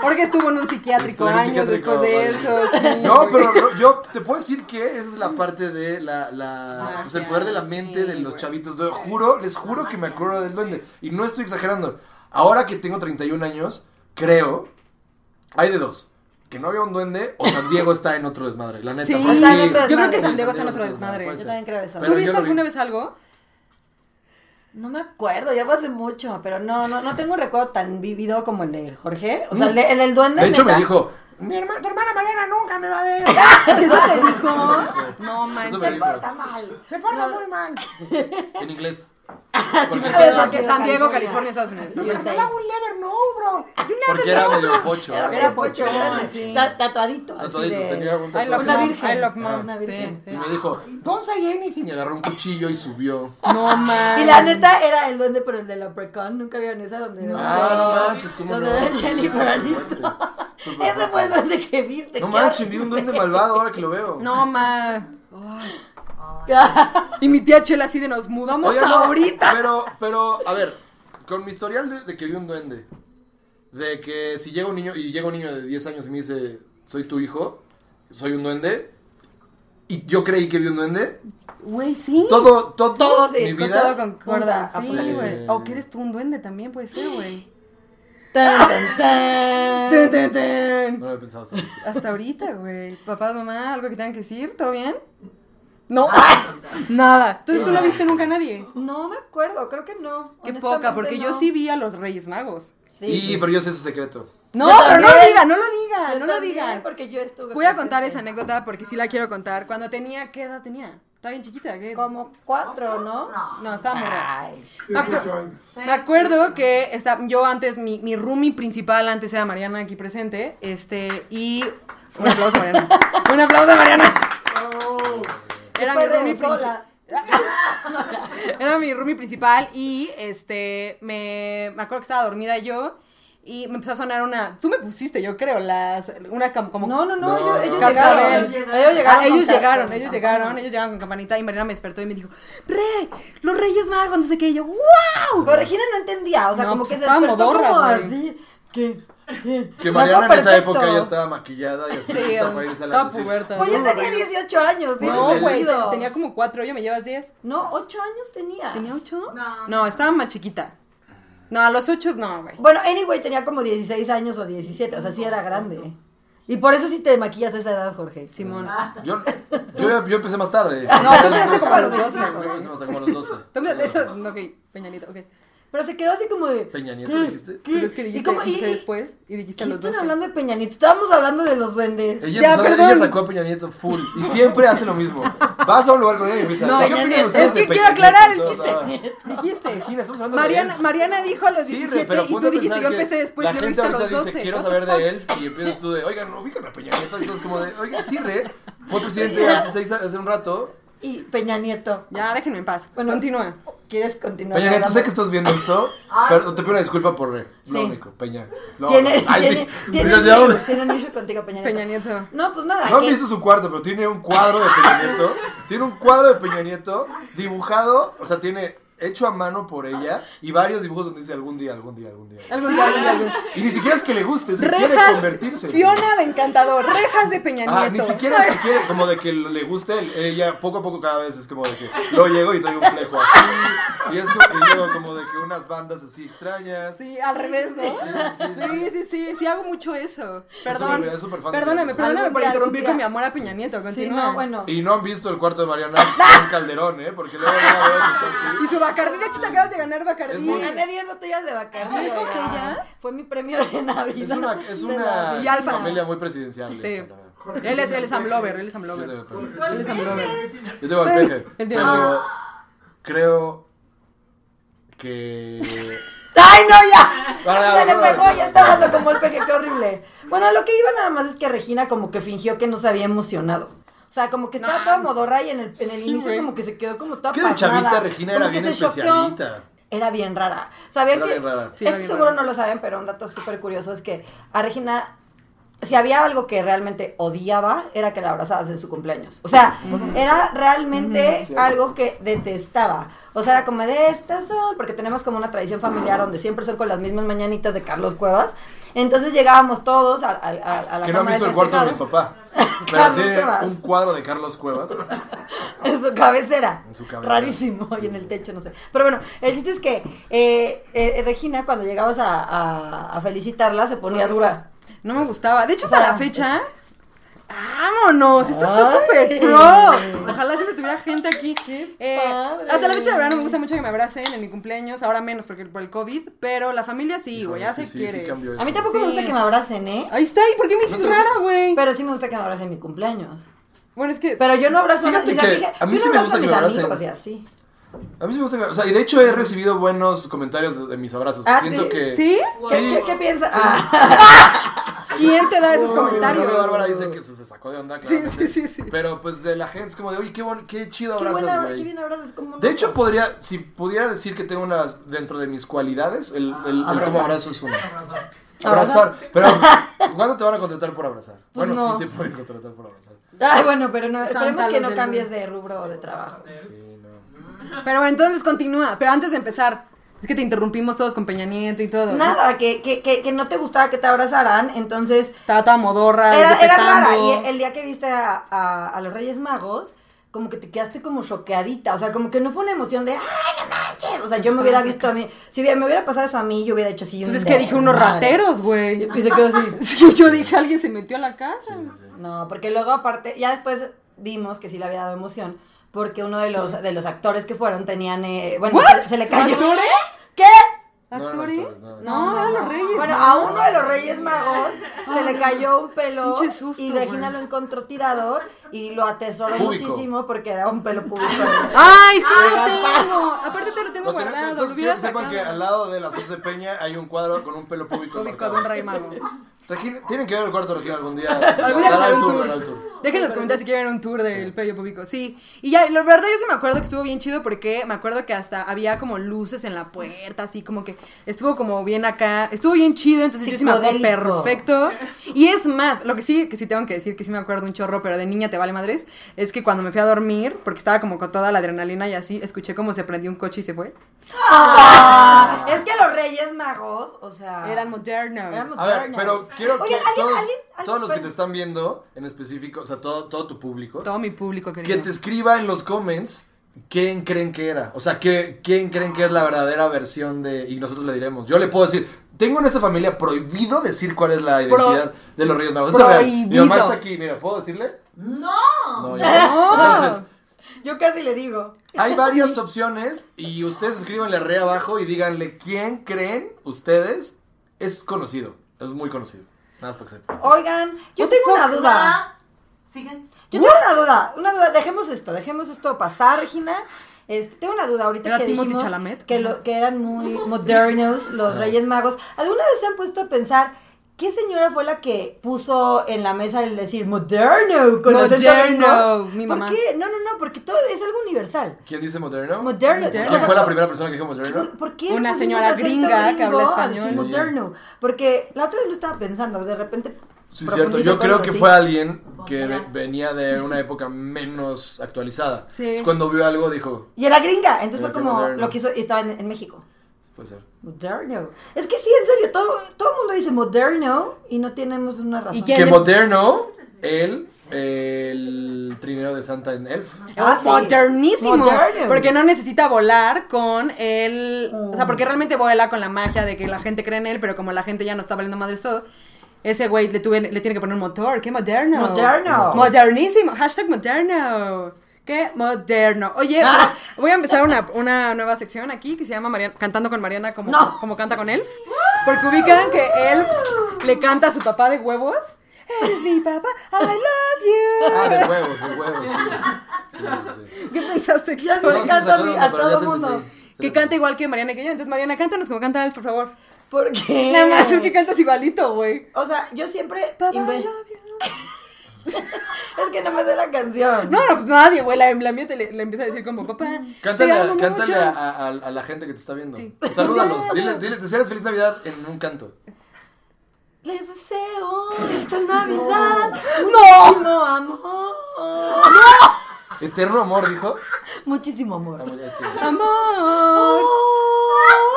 A: Jorge estuvo en un psiquiátrico
C: Estuve en un
A: años
C: psiquiátrico,
A: después de
C: vale.
A: eso. sí.
C: No, pero no, yo te puedo decir que esa es la parte de la, la pues, el poder de la mente
A: Ah, sí,
C: de los
A: güey.
C: chavitos. Yo juro, les juro que me acuerdo del duende. Y no estoy exagerando. Ahora que tengo 31 años, creo, hay de dos. que no había un duende o San Diego está en otro desmadre, la neta.
B: Sí,
C: porque
B: está en otro
A: Yo creo que
B: desmadre.
A: San Diego está en otro desmadre.
C: puede
B: Yo
C: ser.
B: también creo eso.
C: Pero
A: ¿Tú
C: yo
A: viste
C: lo vi.
A: alguna vez algo? [laughs]
B: No me acuerdo, ya fue hace mucho, pero no, no, no tengo un recuerdo tan vivido como el de Jorge. O sea, el, de- el del duende.
C: Mm. De hecho, me
B: neta.
C: dijo, mi hermana, tu hermana Mariana nunca me va a ver.
A: ¿Eso te dijo? No
C: Eso
A: manches.
C: me
B: Se
C: dijo.
B: porta mal.
C: Se porta muy mal.
A: [laughs]
C: En inglés. Porque,
A: A ver,
C: era,
A: Ah, porque San Diego, California, Estados Unidos. No,
B: USA.
C: never know, bro. Porque era medio pocho.
B: Era,
C: algo.
B: era pocho, grande,
A: sí.
B: ta- tatuadito. así
C: Tatuadito,
B: de-
C: tenía un
A: I love
C: tatuaje.
B: Una
A: mom,
B: virgen.
A: I love mom.
B: Ah, una virgen.
A: Sí,
C: Y
A: sí.
C: me dijo, ¿dónde está Jennifer? Y agarró un cuchillo y subió.
A: No manches.
B: Y la neta era el duende, pero el de Leprechaun. Nunca vieron esa donde.
C: Ah, no manches, ¿cómo
B: donde
C: no?
B: era
C: Sí,
B: Jennifer
C: súper
B: Aniston. [laughs]
C: fuerte. Súper
B: Ese fue el
C: fuerte.
B: duende que viste.
C: Pues No
B: qué
C: manches, vi
B: horrible.
C: un duende malvado ahora que lo veo.
A: No ma. Y mi tía Chela así de nos mudamos
C: Oigan, no,
A: ahorita.
C: Pero, pero, a ver, con mi historial de, de que vi un duende, de que si llega un niño y llega un niño de 10 años y me dice, soy tu hijo, soy un duende, y yo creí que vi un duende,
A: Güey, sí.
C: todo, todo,
B: Todo, sí,
C: mi
B: con
C: vida.
A: Todo concuerda.
B: Junta,
A: Sí,
C: apúntale.
A: güey.
C: Sí.
A: O que eres tú un duende también puede ser, güey.
B: Tan,
A: [laughs]
B: tan, tan.
A: Ten, ten, ten.
C: No lo había pensado hasta ahorita.
A: Hasta ahorita, güey. Papá, mamá, algo que tengan que decir, ¿todo bien? No.
B: Ah,
A: [laughs] Nada. Entonces tú no viste nunca a nadie.
B: No me acuerdo, creo que no.
A: Qué
B: honestamente
A: poca, porque yo
B: no.
A: sí vi a los Reyes Magos.
B: Sí.
C: Y, pero yo sé ese secreto.
A: No,
B: Yo
A: pero no lo
B: también.
A: digan, no lo
B: Yo
A: digan, no lo
B: también,
A: digan.
B: Porque pues, yo estuve.
A: Voy a contar este. esa
B: presente.
A: anécdota porque sí la quiero contar. Cuando tenía, ¿qué edad tenía? Estaba bien chiquita, ¿qué?
B: Como cuatro, ¿no? No.
A: No, estaba morada.
B: Ay.
A: Me, acu- me acuerdo que esta- yo antes, mi, mi roomie principal antes era Mariana aquí presente, este, y... Un aplauso a Mariana. Un aplauso a Mariana. Era mi
B: Fue de
A: roomie principal.
B: sola.
A: [laughs] Era mi roomie principal y, este, me, me acuerdo que estaba dormida yo y me empezó a sonar una... Tú me pusiste, yo creo, las... Una cam- como...
B: No, no, no,
C: No,
B: ellos,
C: no,
B: ellos
C: no.
B: llegaron.
A: Cascabel.
B: Ellos llegaron.
A: Ah, ellos
B: con
A: llegaron,
B: cascabel.
A: ellos llegaron, ellos llegaron con campanita y Mariana me despertó y me dijo, ¡Rey! ¡Los Reyes Magos! No sé qué, y yo, ¡Wow!
B: [laughs] Pero Regina no entendía, o sea,
A: No,
B: como
A: pues
B: que se
A: estaba
B: despertó
A: modorra,
B: como
A: güey.
B: así. Que,
C: Que Mariana en esa época ya
B: ya
C: estaba maquillada y
A: Sí,
C: así lista para irse a
A: estaba
C: la cocina.
A: puberta.
B: Pues yo
A: No,
B: tenía 18 años, tiene
A: No, güey,
B: sentido.
A: tenía como cuatro, yo me llevas diez.
B: No, 8 años tenía.
A: ¿Tenía ocho?
D: No.
A: No, estaba más chiquita. No, a los ocho no, güey.
B: Bueno, anyway, tenía como 16 años o 17, o sea, sí era grande. Y por eso sí te maquillas a esa edad, Jorge.
A: Simón.
C: Yo, yo, yo empecé más tarde.
A: No, tú empezaste como a los 12,
C: Yo
A: güey.
C: empecé más como a los 12.
A: Tú me- Eso, ok, Peñanito, ok.
B: Pero se quedó así como de.
C: Peña Nieto,
B: ¿qué?
C: dijiste.
B: ¿Qué?
A: Pero Pues es que
B: ¿Y
A: dijiste,
B: cómo? y-
A: dijiste
B: y-
A: después y dijiste
B: ¿Qué
A: a los
B: están
A: dos. eh?
B: hablando de Peña Nieto? Estábamos hablando de los duendes.
C: Ella,
A: Ya,
C: empezó-
A: perdón.
C: ella sacó a Peña Nieto full y siempre hace lo mismo. Vas a un lugar con ella y empieza.
A: No,
C: "¿Qué
B: Peña
C: opinan
B: Nieto.
C: ustedes
A: Es
C: de
A: que
C: Peña
A: quiero aclarar el
C: Nieto?"
A: chiste. [laughs] Dijiste.
C: Imagina, estamos hablando de
A: Mariana,
C: él.
A: Mariana dijo a los
C: Sí,
A: 17
C: pero
A: y
C: ponte
A: tú
C: a
A: dijiste,
C: pensar
A: yo
C: que
A: empecé después,
C: La
A: yo
C: gente
A: viste a los
C: ahorita
A: 12.
C: dice, quiero
A: What the
C: saber
A: fuck?
C: de él y empiezas tú de, oigan, ubícame a Peña Nieto. Y estás como de, oigan, sí, re. Fue presidente hace, seis, hace un rato.
B: Y Peña Nieto.
A: Ya, déjenme en paz.
B: Bueno.
A: Continúa.
B: ¿Quieres continuar?
C: Peña Nieto,
B: hablando?
C: sé que estás viendo esto,
B: [coughs]
C: pero te pido una disculpa por re. Lo
B: Ah. Sí.
C: único, Peña. Lo-
B: Tiene,
C: Ay,
B: tiene,
C: sí.
B: tiene,
C: Yo
B: un
C: ya-
B: [laughs] issue, tiene un issue contigo, Peña Nieto.
A: Peña Nieto.
B: No, pues nada.
C: No han
B: que-
C: visto su cuarto, pero tiene un cuadro de Peña Nieto. Tiene un cuadro de Peña Nieto dibujado, o sea, tiene hecho a mano por ella y varios dibujos donde dice algún día, algún día, algún día.
A: Algo de algo de algo.
C: Y ni siquiera es que le guste, se quiere
A: Rejas.
C: convertirse.
A: Fiona de Encantador. Rejas de Peña
C: Ah, ni
A: Nieto.
C: siquiera es que quiere, como de que le guste, él. ella poco a poco cada vez es como de que lo llego y doy un flejo así. Y es como, y luego como de que unas bandas así extrañas.
A: Sí, al revés, ¿no?
C: Sí, sí, sí.
A: Sí, sí, sí, sí, hago mucho eso. Perdón.
C: súper- es súper fan de
A: perdóname,
C: Peña Nieto.
A: perdóname
B: Algún
A: por
B: día,
A: interrumpir
B: algún
A: con mi
B: día.
A: amor a Peña Nieto.
B: Sí,
A: Continúa.
B: no, bueno.
C: Y no han visto el cuarto de Mariana
A: [laughs]
C: en Calderón, ¿eh? Porque luego ya la veo
A: Y
C: sentarse.
A: su Bacardí, de hecho te acabas de ganar Bacardí.
C: Es muy-
B: Gané 10 botellas de Bacardi.
A: ¿Diez
B: oiga.
A: botellas?
B: Fue mi premio de Navidad.
C: Es una, es
A: [laughs]
B: De
C: una,
B: Navidad.
A: Y Alfa.
C: familia muy presidencial.
A: Sí.
C: esta, la verdad.
A: Él es, él es Amlover, él es
C: Yo
A: Amlover.
C: tengo peje.
A: Él es Amlover.
C: Yo tengo al peje,
A: El de- Ah.
C: pero creo que...
B: ¡Ay, no, ya!
C: Vale, vale,
B: Se le
C: vale,
B: pegó,
C: vale.
B: ya está hablando como el peje, qué horrible. Bueno, lo que iba nada más es que Regina como que fingió que no se había emocionado. O sea, como que estaba toda modorra y en el, en el
A: Sí,
B: inicio
A: güey.
B: como que se quedó como toda
C: Es que de chavita
B: pasmada,
C: Regina
B: como
C: era
B: que
C: bien
B: se choqueó.
C: especialita.
B: Era bien rara. Sabía
C: Era
B: que.
C: bien rara.
A: Sí, era
B: esto
A: bien
B: seguro
A: rara.
B: no lo saben, pero un dato súper curioso es que a Regina, si había algo que realmente odiaba, era que la abrazabas en su cumpleaños. O sea, era realmente algo que detestaba. O sea, era como de estas son, porque tenemos como una tradición familiar donde siempre son con las mismas mañanitas de Carlos Cuevas. Entonces llegábamos todos a, a- a- a la
C: Que no han
B: cama del
C: visto el cuarto de mi
B: festejado.
C: papá. Pero
B: Carlos
C: tiene
B: Cuevas.
C: un cuadro de Carlos Cuevas.
B: [laughs] En su cabecera.
C: En su cabecera.
B: Rarísimo. Y en el techo, no sé. Pero bueno, el chiste es que eh, eh, Regina, cuando llegabas a, a- a felicitarla, se ponía dura.
A: No me gustaba. De hecho, hasta
B: Wow.
A: la fecha. ¡Vámonos! Esto está súper pro. Ojalá siempre tuviera gente aquí. Eh,
B: padre.
A: hasta la fecha, la verdad, no me gusta mucho que me abracen en mi cumpleaños. Ahora menos porque por el COVID. Pero la familia sí, güey.
C: Híjole,
A: Ya
C: es que
A: se
C: sí,
A: quiere.
C: sí cambió
B: A mí
C: eso.
B: tampoco me
A: Sí.
B: gusta que me abracen, ¿eh?
A: Ahí está. ¿Y por qué me hiciste
C: Nosotros-
A: rara, güey?
B: Pero sí me gusta que me abracen en mi cumpleaños.
A: Bueno, es que.
B: Pero yo no abrazo a,
C: Fíjate
B: mis
C: que
B: amigas-
C: a mí
B: yo no
C: sí me
B: abrazo
C: gusta
B: a
C: que
B: mis
C: me abracen.
B: amigos y así.
C: A mí sí me gusta. O sea, y de hecho he recibido buenos comentarios de, de mis abrazos.
B: Ah,
C: Siento
B: ¿sí?
C: que.
A: ¿Sí?
B: ¿Qué, qué- qué piensas? Ah,
A: ¿Quién te da esos
C: Uy, mi novia Bárbara
A: comentarios?
C: dice que se, se sacó de onda,
A: Sí,
C: claramente.
A: sí, sí, sí.
C: Pero pues de la gente es como de, oye, qué, bon- qué chido
B: qué, buena,
C: abrazas,
B: abra- qué
C: güey.
B: bien abrazas. Como
C: De hecho, podría, si pudiera decir que tengo una, dentro de mis cualidades, el,
A: Ah,
C: el, el cómo abrazo es una. Abrazar.
A: [laughs]
C: Pero, ¿cuándo te van a contratar por abrazar?
B: Pues
C: bueno,
B: no.
C: sí te pueden contratar por abrazar.
B: Ay, bueno, pero no, esperemos
A: Santa
B: que
A: los
B: no
A: del-
B: cambies de rubro de trabajo.
C: Sí, no.
A: Pero bueno, entonces continúa. Pero antes de empezar, es que te interrumpimos todos con Peña Nieto y todo.
B: Nada, que, que, que, que no te gustaba que te abrazaran, entonces
A: Estaba toda modorra.
B: era, era
A: Ah, petando.
B: rara. Y el día que viste a, a- a los Reyes Magos, como que te quedaste como choqueadita. O sea, como que no fue una emoción de ¡ay, no manches! O sea, yo me hubiera visto a mí. Si hubiera- me hubiera pasado eso a mí, yo hubiera hecho así. un
A: Pues es que dije unos
B: desmadre.
A: rateros, güey.
B: Y se quedó así.
A: [laughs] Sí, yo dije, alguien se metió a la casa.
B: No, porque luego aparte, ya después vimos que sí le había dado emoción, porque uno de los de los actores que fueron tenían, eh, bueno,
A: ¿What?
B: se, se le cayó.
A: ¿Actores?
B: ¿Qué?
C: No, no,
A: ¿Actores?
C: actores, no.
A: No, eran los reyes.
B: Bueno,
A: ¿no?
B: a uno de los Reyes Magos se le cayó un pelo
A: Pinche susto,
B: y Regina
A: güey.
B: lo encontró tirado y lo atesoró
C: Púbico.
B: muchísimo porque era un pelo
A: [laughs]
B: público.
A: Ay, sí
B: Ah,
A: lo tengo. Aparte te lo tengo
C: No, tenés-
A: guardado.
C: entonces
A: lo
C: quiero
A: hubiera
C: que sepan que al
A: sacado.
C: lado de las 12 de Peña hay un cuadro con un pelo público.
A: Cómico de
C: marcado.
A: un rey mago.
C: Regina- tienen que ver el cuarto de Regina algún día.
A: [laughs] Algún día
C: Dar
A: haré
C: al
A: un
C: tour,
A: tour.
C: dar al tour.
A: Dejen en los comentarios si quieren un tour del pello público. Sí. Y ya, la verdad, yo sí me acuerdo que estuvo bien chido porque me acuerdo que hasta había como luces en la puerta, así como que estuvo como bien acá. Estuvo bien chido, entonces yo sí me acuerdo
B: Psicodélico.
A: perfecto. Y es más, lo que sí, que sí tengo que decir, que sí me acuerdo un chorro, pero de niña te vale madres, es que cuando me fui a dormir, porque estaba como con toda la adrenalina y así, escuché como se prendió un coche y se fue.
B: Ah, es que los Reyes Magos, o sea,
A: Eran modernos.
B: Ah. Éramos-
C: A ver, pero quiero que
B: Oye, ¿alguien-
C: todos,
B: alguien- alguien
C: todos los que
B: puede-
C: te están viendo, en específico, o sea, todo, todo tu público,
A: Todo mi público querido.
C: que te escriba en los comments quién creen que era. O sea, que, quién creen que es la verdadera versión de. Y nosotros le diremos. Yo le puedo decir. Tengo en esta familia prohibido decir cuál es la identidad de los Reyes Magos. Esto es real. Mi
A: Prohibido.
C: mamá está aquí, mira, ¿puedo decirle?
D: ¡No!
C: No, ya.
A: No.
C: Entonces,
B: yo casi le digo.
C: hay varias opciones y ustedes escríbanle re abajo y díganle quién creen ustedes es conocido. Es muy conocido. Nada más para que sepan.
B: Oigan, yo tengo una duda.
D: Duda. Siguen.
B: Yo tengo una duda, una duda, dejemos esto, dejemos esto pasar, Regina. Este, tengo una duda ahorita
A: ¿Era
B: que
A: Timothy
B: dijimos
A: Chalamet?
B: que, lo- que eran muy modernos los Reyes Magos. ¿Alguna vez se han puesto a pensar qué señora fue la que puso en la mesa el decir moderno con acento
A: Moderno,
B: gringo?
A: mi
B: ¿Por
A: mamá.
B: qué? No, no, no, porque todo es algo universal.
C: ¿Quién dice moderno?
B: Moderno.
A: Moderno.
C: ¿Quién fue la primera persona que dijo moderno?
B: ¿Por, por qué
A: Una
B: pusimos
A: señora
B: acento
A: gringa que habla
B: gringo a
A: español.
B: decir moderno? Porque la otra vez lo estaba pensando, de repente.
C: Sí, cierto. Yo
B: profundizo
C: creo
B: con
C: que
B: algo
C: fue
B: así.
C: alguien que
D: Ponteras.
C: ve- venía
A: [laughs]
C: de una época menos actualizada.
A: Sí.
C: Es cuando vio algo dijo,
B: Y era gringa, entonces fue
C: Era
B: como
C: moderno.
B: lo que hizo y estaba en- en México.
C: puede ser.
B: Moderno. Es que sí, en serio, todo, todo el mundo dice moderno y no tenemos una razón.
A: ¿Y quién?
C: Que
A: de-
C: moderno, él, el trinero de Santa en Elf.
B: Ah, sí.
A: Modernísimo.
B: Moderno. Mm.
A: Porque no necesita volar con el. O sea, porque realmente vuela con la magia de que la gente cree en él, pero como la gente ya no está valiendo madres todo. Ese güey le, tuve- le tiene que poner un motor. ¡Qué moderno!
B: Moderno.
A: Modernísimo. Hashtag moderno. ¡Qué moderno! Oye,
B: Ah.
A: pero voy a empezar una, una nueva sección aquí que se llama Mariana, Cantando con Mariana como,
B: No.
A: como canta con él. Porque ubican que él le canta a su papá de huevos. Eres mi papá, I love you.
C: Ah, de huevos, de huevos. sí. Sí, sí, sí.
A: [laughs] ¿Qué pensaste? que
B: Ya
A: estaba?
B: sé.
C: No, sí,
B: encanta a mí-
C: se
B: a
C: acuerdan,
B: todo
C: pero ya te
B: mundo.
C: entendí.
A: Que canta igual que Mariana que yo. Entonces, Mariana, cántanos como canta él, por favor.
B: ¿Por
A: [laughs]
B: qué?
A: Nada más es que cantas igualito, güey.
B: O sea, yo siempre.
A: Papá, I
B: inven-
A: love you.
B: Es que no me sé la canción.
A: No, no, pues nadie, güey. La, la mía te le, le empieza a decir como, papá.
C: Cántale,
A: te
C: a,
A: amo
C: cántale
A: mucho.
C: a, a- a la gente que te está viendo.
A: Sí. [laughs]
C: Salúdalos. Dile, dile, deseales feliz Navidad en un canto.
B: Les deseo esta Navidad.
A: No.
B: Muchísimo amor.
C: Eterno amor, dijo.
B: Muchísimo
C: Ah,
B: amor.
C: muy bien, sí.
A: Amor.
B: Oh.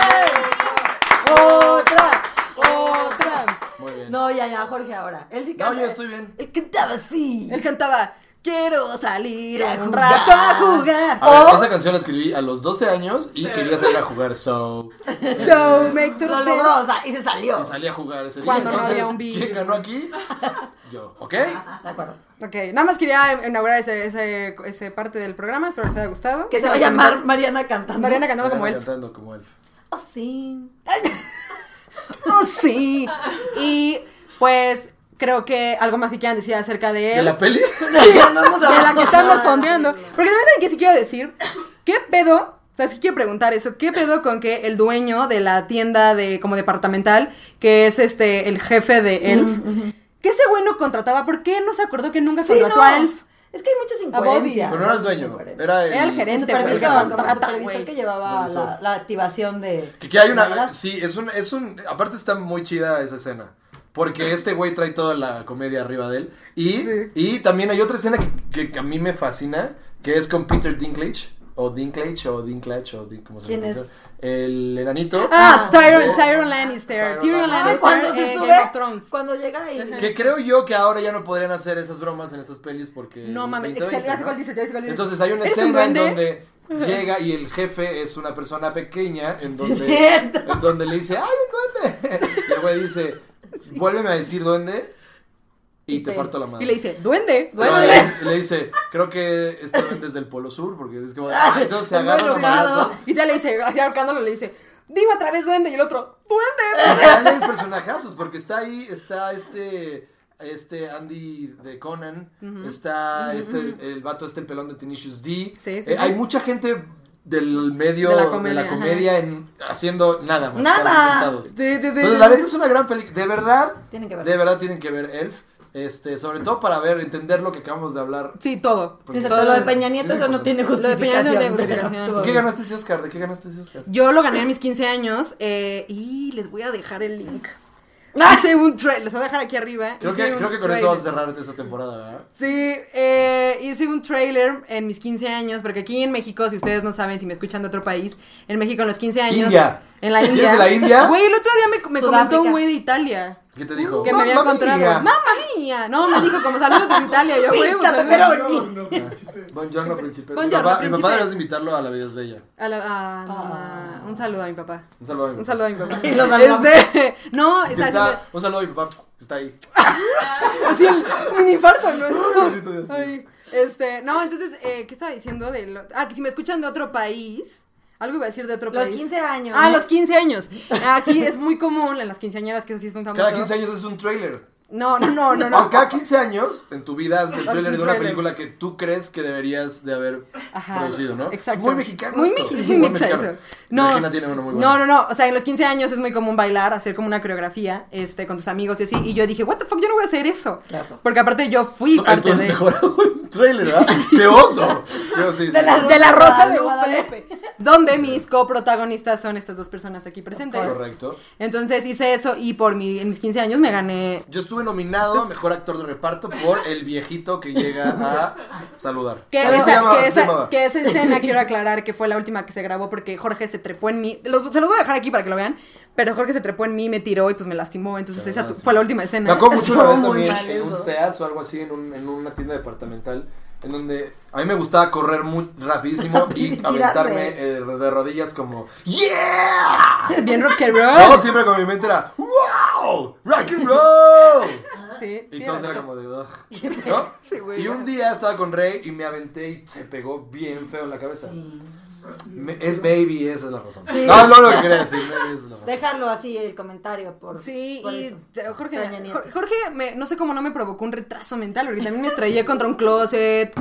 A: ¡Eh! Otra, otra.
C: Muy bien.
B: No, ya, ya, Jorge, ahora. Él sí
C: No,
B: canta.
C: yo estoy bien.
B: Él cantaba así.
A: Él cantaba.
B: Quiero salir a un
A: jugar.
B: rato a jugar.
C: A ver,
B: O-
C: esa canción la escribí a los 12 años y quería salir a jugar, so.
A: So, make to
B: lo logró, o sea, y se salió.
C: Y salí a jugar ese día.
A: Cuando no
C: Entonces,
A: había un virus.
C: ¿quién ganó aquí? Yo, ¿ok?
B: De acuerdo.
A: Ok, nada más quería inaugurar ese, ese, ese parte del programa, espero les haya gustado.
B: Que se va a llamar Mariana cantando.
A: Mariana cantando como
C: Estaba
A: él.
C: Cantando como elf.
B: Oh, sí.
A: Oh, sí. Y pues creo que algo más que quieran decir acerca [laughs] de él.
C: ¿De la peli?
B: Ya no hemos
A: de la
B: hablado
A: que estamos
B: nada.
A: fondeando. Porque también saben que sí quiero decir, ¿qué pedo? O sea, sí quiero preguntar eso, ¿qué pedo con que el dueño de la tienda de como departamental, que es este el jefe de Elf, que ese güey no contrataba? ¿Por qué no se acordó que nunca
B: Sí,
A: contrató
B: no.
A: a Elf?
B: Es que hay muchas
A: A Bobby.
B: incoherencias.
C: Pero no era el dueño. Era el.
A: Era el gerente.
B: El
A: güey, que
B: supervisor, como el
A: contrata,
B: supervisor
A: güey.
B: que llevaba la,
C: Supervisor.
B: la activación de.
C: Que, que hay
B: ¿verdad?
C: una. Sí, es un, es un. Aparte está muy chida esa escena. Porque este güey trae toda la comedia arriba de él. Y, y también hay otra escena que, que- que a mí me fascina. Que es con Peter Dinklage. O Dinklage, o Dinklage, o Din- ¿cómo se
B: ¿Quién
C: llama?
B: es?
C: El enanito.
A: Ah, Tyron,
C: No.
A: Tyron Lannister.
C: Tyron
A: Tyrion Lannister.
C: Lannister.
B: Ay, cuando se
A: en
B: sube.
A: eh, Game of Thrones.
B: Cuando llega y.
C: Que creo yo que ahora ya no podrían hacer esas bromas en estas pelis porque.
A: No mames,
C: 2020,
A: ya sé
C: ¿no?
A: cuál dice, ya sé cuál dice.
C: Entonces hay una
A: ¿Eres un
C: escena en
A: duende?
C: donde llega y el jefe es una persona pequeña en donde,
B: cierto.
C: en donde le dice, ¡ay, un duende! Y el güey dice, vuélveme a decir duende y,
B: Y
C: te,
B: te-
C: parto la madre.
A: Y le dice, duende,
C: No,
A: duende.
C: le- le dice, creo que este duende es del Polo Sur porque es que va-". Entonces se
B: Está muy
C: agarran a
B: enojado.
C: madrazos.
A: Y ya le dice, así ahorcándolo, le dice, dime otra vez duende. Y el otro, duende.
C: Y salen personajazos porque está ahí, está este... Este Andy de Conan, está este el vato este el pelón de Tenacious D.
A: Sí, sí,
C: Eh,
A: sí.
C: Hay mucha gente del medio
A: De
C: de
A: la
C: la
A: comedia,
C: comedia,
A: ajá.
C: en- haciendo nada más.
B: Nada.
C: estaban sentados.
A: De- de- de-
C: Entonces, la neta es una gran película. De verdad,
B: Tienen que verla.
C: de verdad tienen que ver Elf. Este, sobre todo para ver, entender lo que acabamos de hablar.
A: Sí, todo.
C: Porque
B: Dice,
C: todo
B: pero lo de
C: es-
B: Peña Nieto,
C: es
B: eso no
C: importante.
B: tiene
A: Lo de
B: justificación.
A: Peña Nieto no tiene
B: pero
A: justificación.
B: estuvo
C: ¿De qué
B: bien.
C: ganaste ese Oscar? ¿De qué ganaste ese Oscar?
A: Yo lo gané en mis 15 años eh, y les voy a dejar el link. Hice un trailer, los voy a dejar aquí arriba.
C: Ah. Creo
A: Hice
C: que,
A: un
C: creo que con
A: trailer.
C: esto vas a cerrar esta temporada, ¿verdad?
A: Sí, eh, hice un trailer en mis 15 años, porque aquí en México, si ustedes no saben, si me escuchan de otro país, en México en los 15 años.
C: India.
A: En la
C: ¿Eres
A: India.
C: de la India?
A: Güey, el otro día me, me comentó un
B: Sudáfrica.
A: güey de Italia.
C: ¿Qué te dijo?
A: Que me había
C: ¡Mamma
A: encontrado.
C: mia!
A: ¡Mamma mía! No, me dijo como saludos de Italia.
C: [laughs]
A: Yo, güey, pues,
B: Pizza,
A: saludos.
B: pepperoni.
C: Buongiorno, príncipe.
A: Buongiorno,
C: mi, papá, mi
A: príncipe.
C: papá deberías de invitarlo a La Vida es Bella.
A: A la- ah, no, ma. Un saludo a mi papá.
C: Un saludo a mi
A: Un
C: papá.
A: saludo a mi
B: [laughs]
A: papá.
B: Y lo saludamos.
A: Este, no,
C: Que
A: está,
C: está- un saludo a mi papá. que Está ahí.
A: así el mini infarto,
C: [laughs]
A: ¿no?
C: Dios.
A: Ay, este, no, entonces, eh, ¿qué estaba diciendo de lo- Ah, que si me escuchan de otro país, algo iba a decir de otro
B: Los
A: país.
B: 15 años.
A: Ah, los 15 años. Aquí es muy común en las quinceañeras que eso sí es muy famoso.
C: Cada 15 años es un trailer.
A: No, no, no, no, no.
C: No, [laughs] cada 15 años en tu vida
A: [laughs]
C: es el trailer
A: un
C: de una
A: tráiler.
C: película que tú crees que deberías de haber
A: Ajá,
C: producido, ¿no?
A: Exacto.
C: Es muy mexicano
A: Muy,
C: esto.
A: mexi-
C: es
A: sí, [laughs]
C: muy
A: mexa
C: mexicano.
A: eso. No,
C: Regina tiene uno muy bueno.
A: No, no, no. O sea, en los 15 años es muy común bailar, hacer como una coreografía este, con tus amigos y así. Y yo dije, ¿What the fuck? Yo no voy a hacer eso.
B: Qué oso.
A: Porque aparte yo fui
C: So-
A: parte
C: entonces
A: de.
C: mejor hago un trailer, ¿verdad? ¡Qué oso! Yo sí, sí.
B: De
A: [laughs]
B: la-
A: De la Rosa de
B: de
A: Guadalupe. Donde mis coprotagonistas son estas dos personas aquí presentes.
C: Correcto.
A: Entonces hice eso y por mi, en mis 15 años me gané.
C: Yo estuve nominado a mejor actor de reparto por el viejito que llega a saludar.
A: Que
C: Así se
A: esa,
C: llamaba,
A: que,
C: así se
A: esa-
C: llamaba.
A: que esa escena quiero aclarar que fue la última que se grabó porque Jorge se trepó en mí. Los- se los voy a dejar aquí para que lo vean. Pero Jorge se trepó en mí, me tiró y pues me lastimó. Entonces
C: Claro,
A: esa tu-
C: sí.
A: fue la última escena.
C: Me acuerdo mucho una vez
B: Estuvo muy
C: también
B: mal
C: en un
B: eso.
C: SEATS o algo así, en, un- en una tienda departamental, en donde a mí me gustaba correr muy rapidísimo y
B: Tirarse.
C: aventarme eh, de rodillas como ¡Yeah!
A: [laughs] Bien rockero.
C: No, siempre con mi mente era ¡Wow! ¡Rock and roll!
A: Sí,
C: Y
A: sí,
C: todos
A: era.
C: era como de "Ugh", ¿no?
A: Sí, güey,
C: Y un día estaba con Rey y me aventé y se pegó bien feo en la cabeza. Me- es baby, esa es la razón.
B: Sí.
C: No, no lo que quería decir, baby es la razón.
B: Dejarlo así el comentario por.
A: Sí,
B: por
A: y
B: eso.
A: eh, Jorge,
B: Peña Nieto.
A: Jor- Jorge me- no sé cómo no me provocó un retraso mental, porque también me estrellé contra un closet,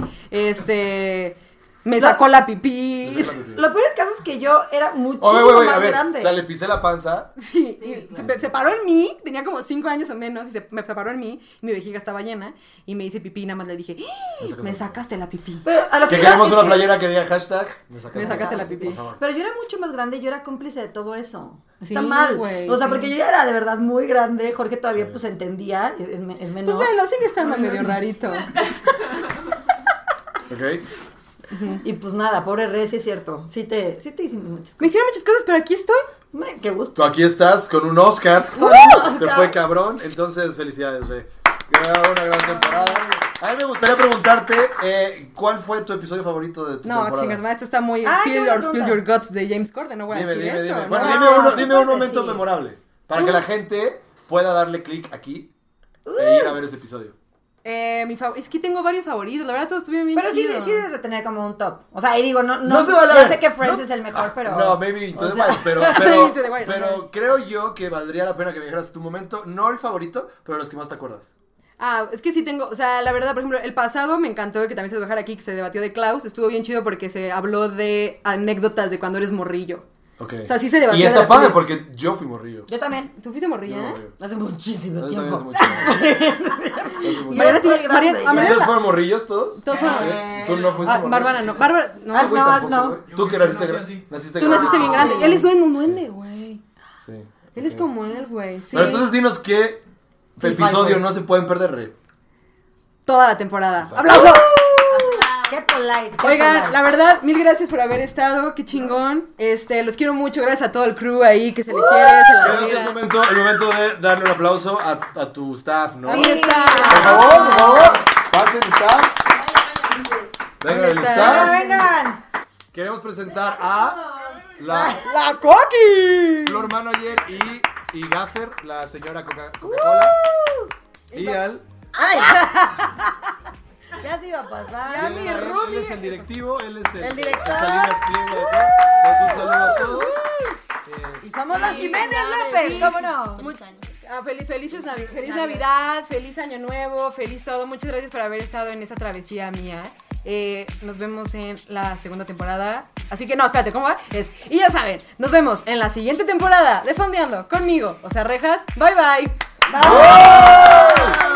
A: este, me sacó la pipí.
C: Esa es la razón.
B: Lo peor del caso es que yo era muchísimo
C: Oh, güey, güey, güey, a
B: más
C: ver,
B: grande.
C: o sea, le pisé la panza.
A: Sí,
D: Sí,
A: y
D: claro.
A: se, se paró en mí, tenía como cinco años o menos, y se, me se paró en mí, y mi vejiga estaba llena, y me hice pipí, y nada más le dije, "¡Ah!
C: Me sacaste
A: me
C: la-
A: sacaste la pipí.
B: Pero a
A: [laughs]
B: lo
C: Que
B: que iba
C: queremos
B: es
C: una
B: que-
C: playera que diga hashtag. Me sacaste,
A: Me sacaste
B: la
A: pipí.
C: Por favor.
B: Pero yo era mucho más grande, yo era cómplice de todo eso. Está
A: Sí,
B: mal.
A: güey,
B: o sea,
A: sí.
B: porque yo ya era de verdad muy grande. Jorge todavía pues entendía, es, es me- es
A: Pues
B: menor.
A: bueno, sigue estando medio rarito.
C: Ok.
B: Y pues nada, pobre Re, sí es cierto. Sí te, sí te hicimos muchas
A: [laughs] Me hicieron muchas cosas, pero aquí estoy.
B: cosas. Ay, Qué gusto.
C: Tú aquí estás con un Oscar.
B: Con un
C: Te
B: Oscar.
C: fue cabrón. Entonces, felicidades, Rey. Una gran temporada. A mí me gustaría preguntarte, eh, ¿cuál fue tu episodio favorito de tu
A: No,
C: temporada?
A: chingas, madre, esto está muy.
B: Ay, qué
A: Feel
B: buena
A: or Spill
B: pregunta.
A: Your Guts de James Corden, no voy a
C: Dime,
A: decir
C: dime,
A: eso.
C: dime.
A: ¿no?
C: Bueno,
B: No,
C: dime uno,
B: no
C: dime
B: puedes
C: un momento
B: decir.
C: memorable. Para que la gente pueda darle clic aquí e ir a ver ese episodio.
A: Eh, mi favor- es que tengo varios favoritos, la verdad todos estuvieron bien
B: Pero sí,
A: chidos.
B: sí debes de tener como un top. O sea, y digo, no, no,
C: No se vale.
B: Yo sé que Friends
C: No.
B: es el mejor, pero.
C: No, maybe into
B: o
C: the
B: sea,
C: wild,
A: [laughs]
C: pero,
A: Maybe
C: pero,
A: Into the Wild,
C: pero creo yo que valdría la pena que me dijeras tu momento, no el favorito, pero los que más te acuerdas.
A: Ah, es que sí tengo, o sea, la verdad, por ejemplo, el pasado me encantó que también se lo dejara aquí, que se debatió de Klaus, estuvo bien chido porque se habló de anécdotas de cuando eres morrillo.
C: Ok.
A: O sea, sí se debatió
C: Y
A: de
C: está
A: la
C: padre
A: película.
C: porque yo fui morrillo.
B: Yo también.
A: ¿Tú fuiste
C: Yo
A: morrilla?
C: fui morrillo.
B: Hace muchísimo
C: Eso también es
B: tiempo.
C: mucho.
A: [laughs]
C: Hace mucho.
A: Pues Mariana,
B: Yo soy
A: tiene- Mariana-
B: grande,
A: a Mariana
C: ¿Ustedes
A: la-
C: fueron morrillos todos?
A: Todos fueron-
C: pues, Sí. ¿Tú no fuiste
A: Ah,
C: morrillo?
A: Bárbara no, Bárbara no.
B: Ah,
C: Tú, güey,
B: no,
C: tampoco, eh.
B: no.
C: güey.
B: Yo
C: Tú que
E: nací
C: naciste gra-
E: así.
C: Naciste
A: Tú
C: grande.
A: naciste bien
C: Ah,
A: grande.
C: sí.
A: Él es un un duende, güey.
C: Sí.
A: Él es
C: Ok.
A: como él, güey. Sí.
C: Pero entonces dinos qué episodio
B: güey.
C: no se pueden perder, Rey.
A: Toda la temporada.
C: Exacto.
A: ¡Aplausos!
B: Qué polite. qué
A: Oigan,
B: polite.
A: la verdad, mil gracias por haber estado, qué chingón. Este, los quiero mucho, gracias a todo el crew ahí que se le quiere, se la
C: Creo que es
A: admira.
C: momento, el momento de darle un aplauso a, a tu staff, ¿no?
A: Ahí
C: Por
A: está.
C: favor, por favor, pasen el staff. Venga,
A: Ahí
C: el
A: está.
B: Venga,
C: staff.
B: vengan.
C: Queremos presentar a la
A: ¡La Coqui!
C: Flor Manager y, y Gaffer, la señora Coca- Coca-Cola. Y al.
B: Ya se iba a pasar.
A: Ya, mi
C: Él
A: roomie.
C: es el directivo, él es el.
B: El director.
C: Salinas Pliego de acá. Entonces, un saludo a todos. Eh,
B: Y somos los Jiménez
A: Felicidades.
B: López, ¿cómo no?
A: Ah, fel- felices Navi- feliz Navidad, feliz Año Nuevo, feliz todo. Muchas gracias por haber estado en esta travesía mía. Eh, nos vemos en la segunda temporada. Así que no, espérate, ¿cómo va? Es, y ya saben, nos vemos en la siguiente temporada de Fondeando conmigo. O sea, rejas, bye bye.
B: ¡Vamos!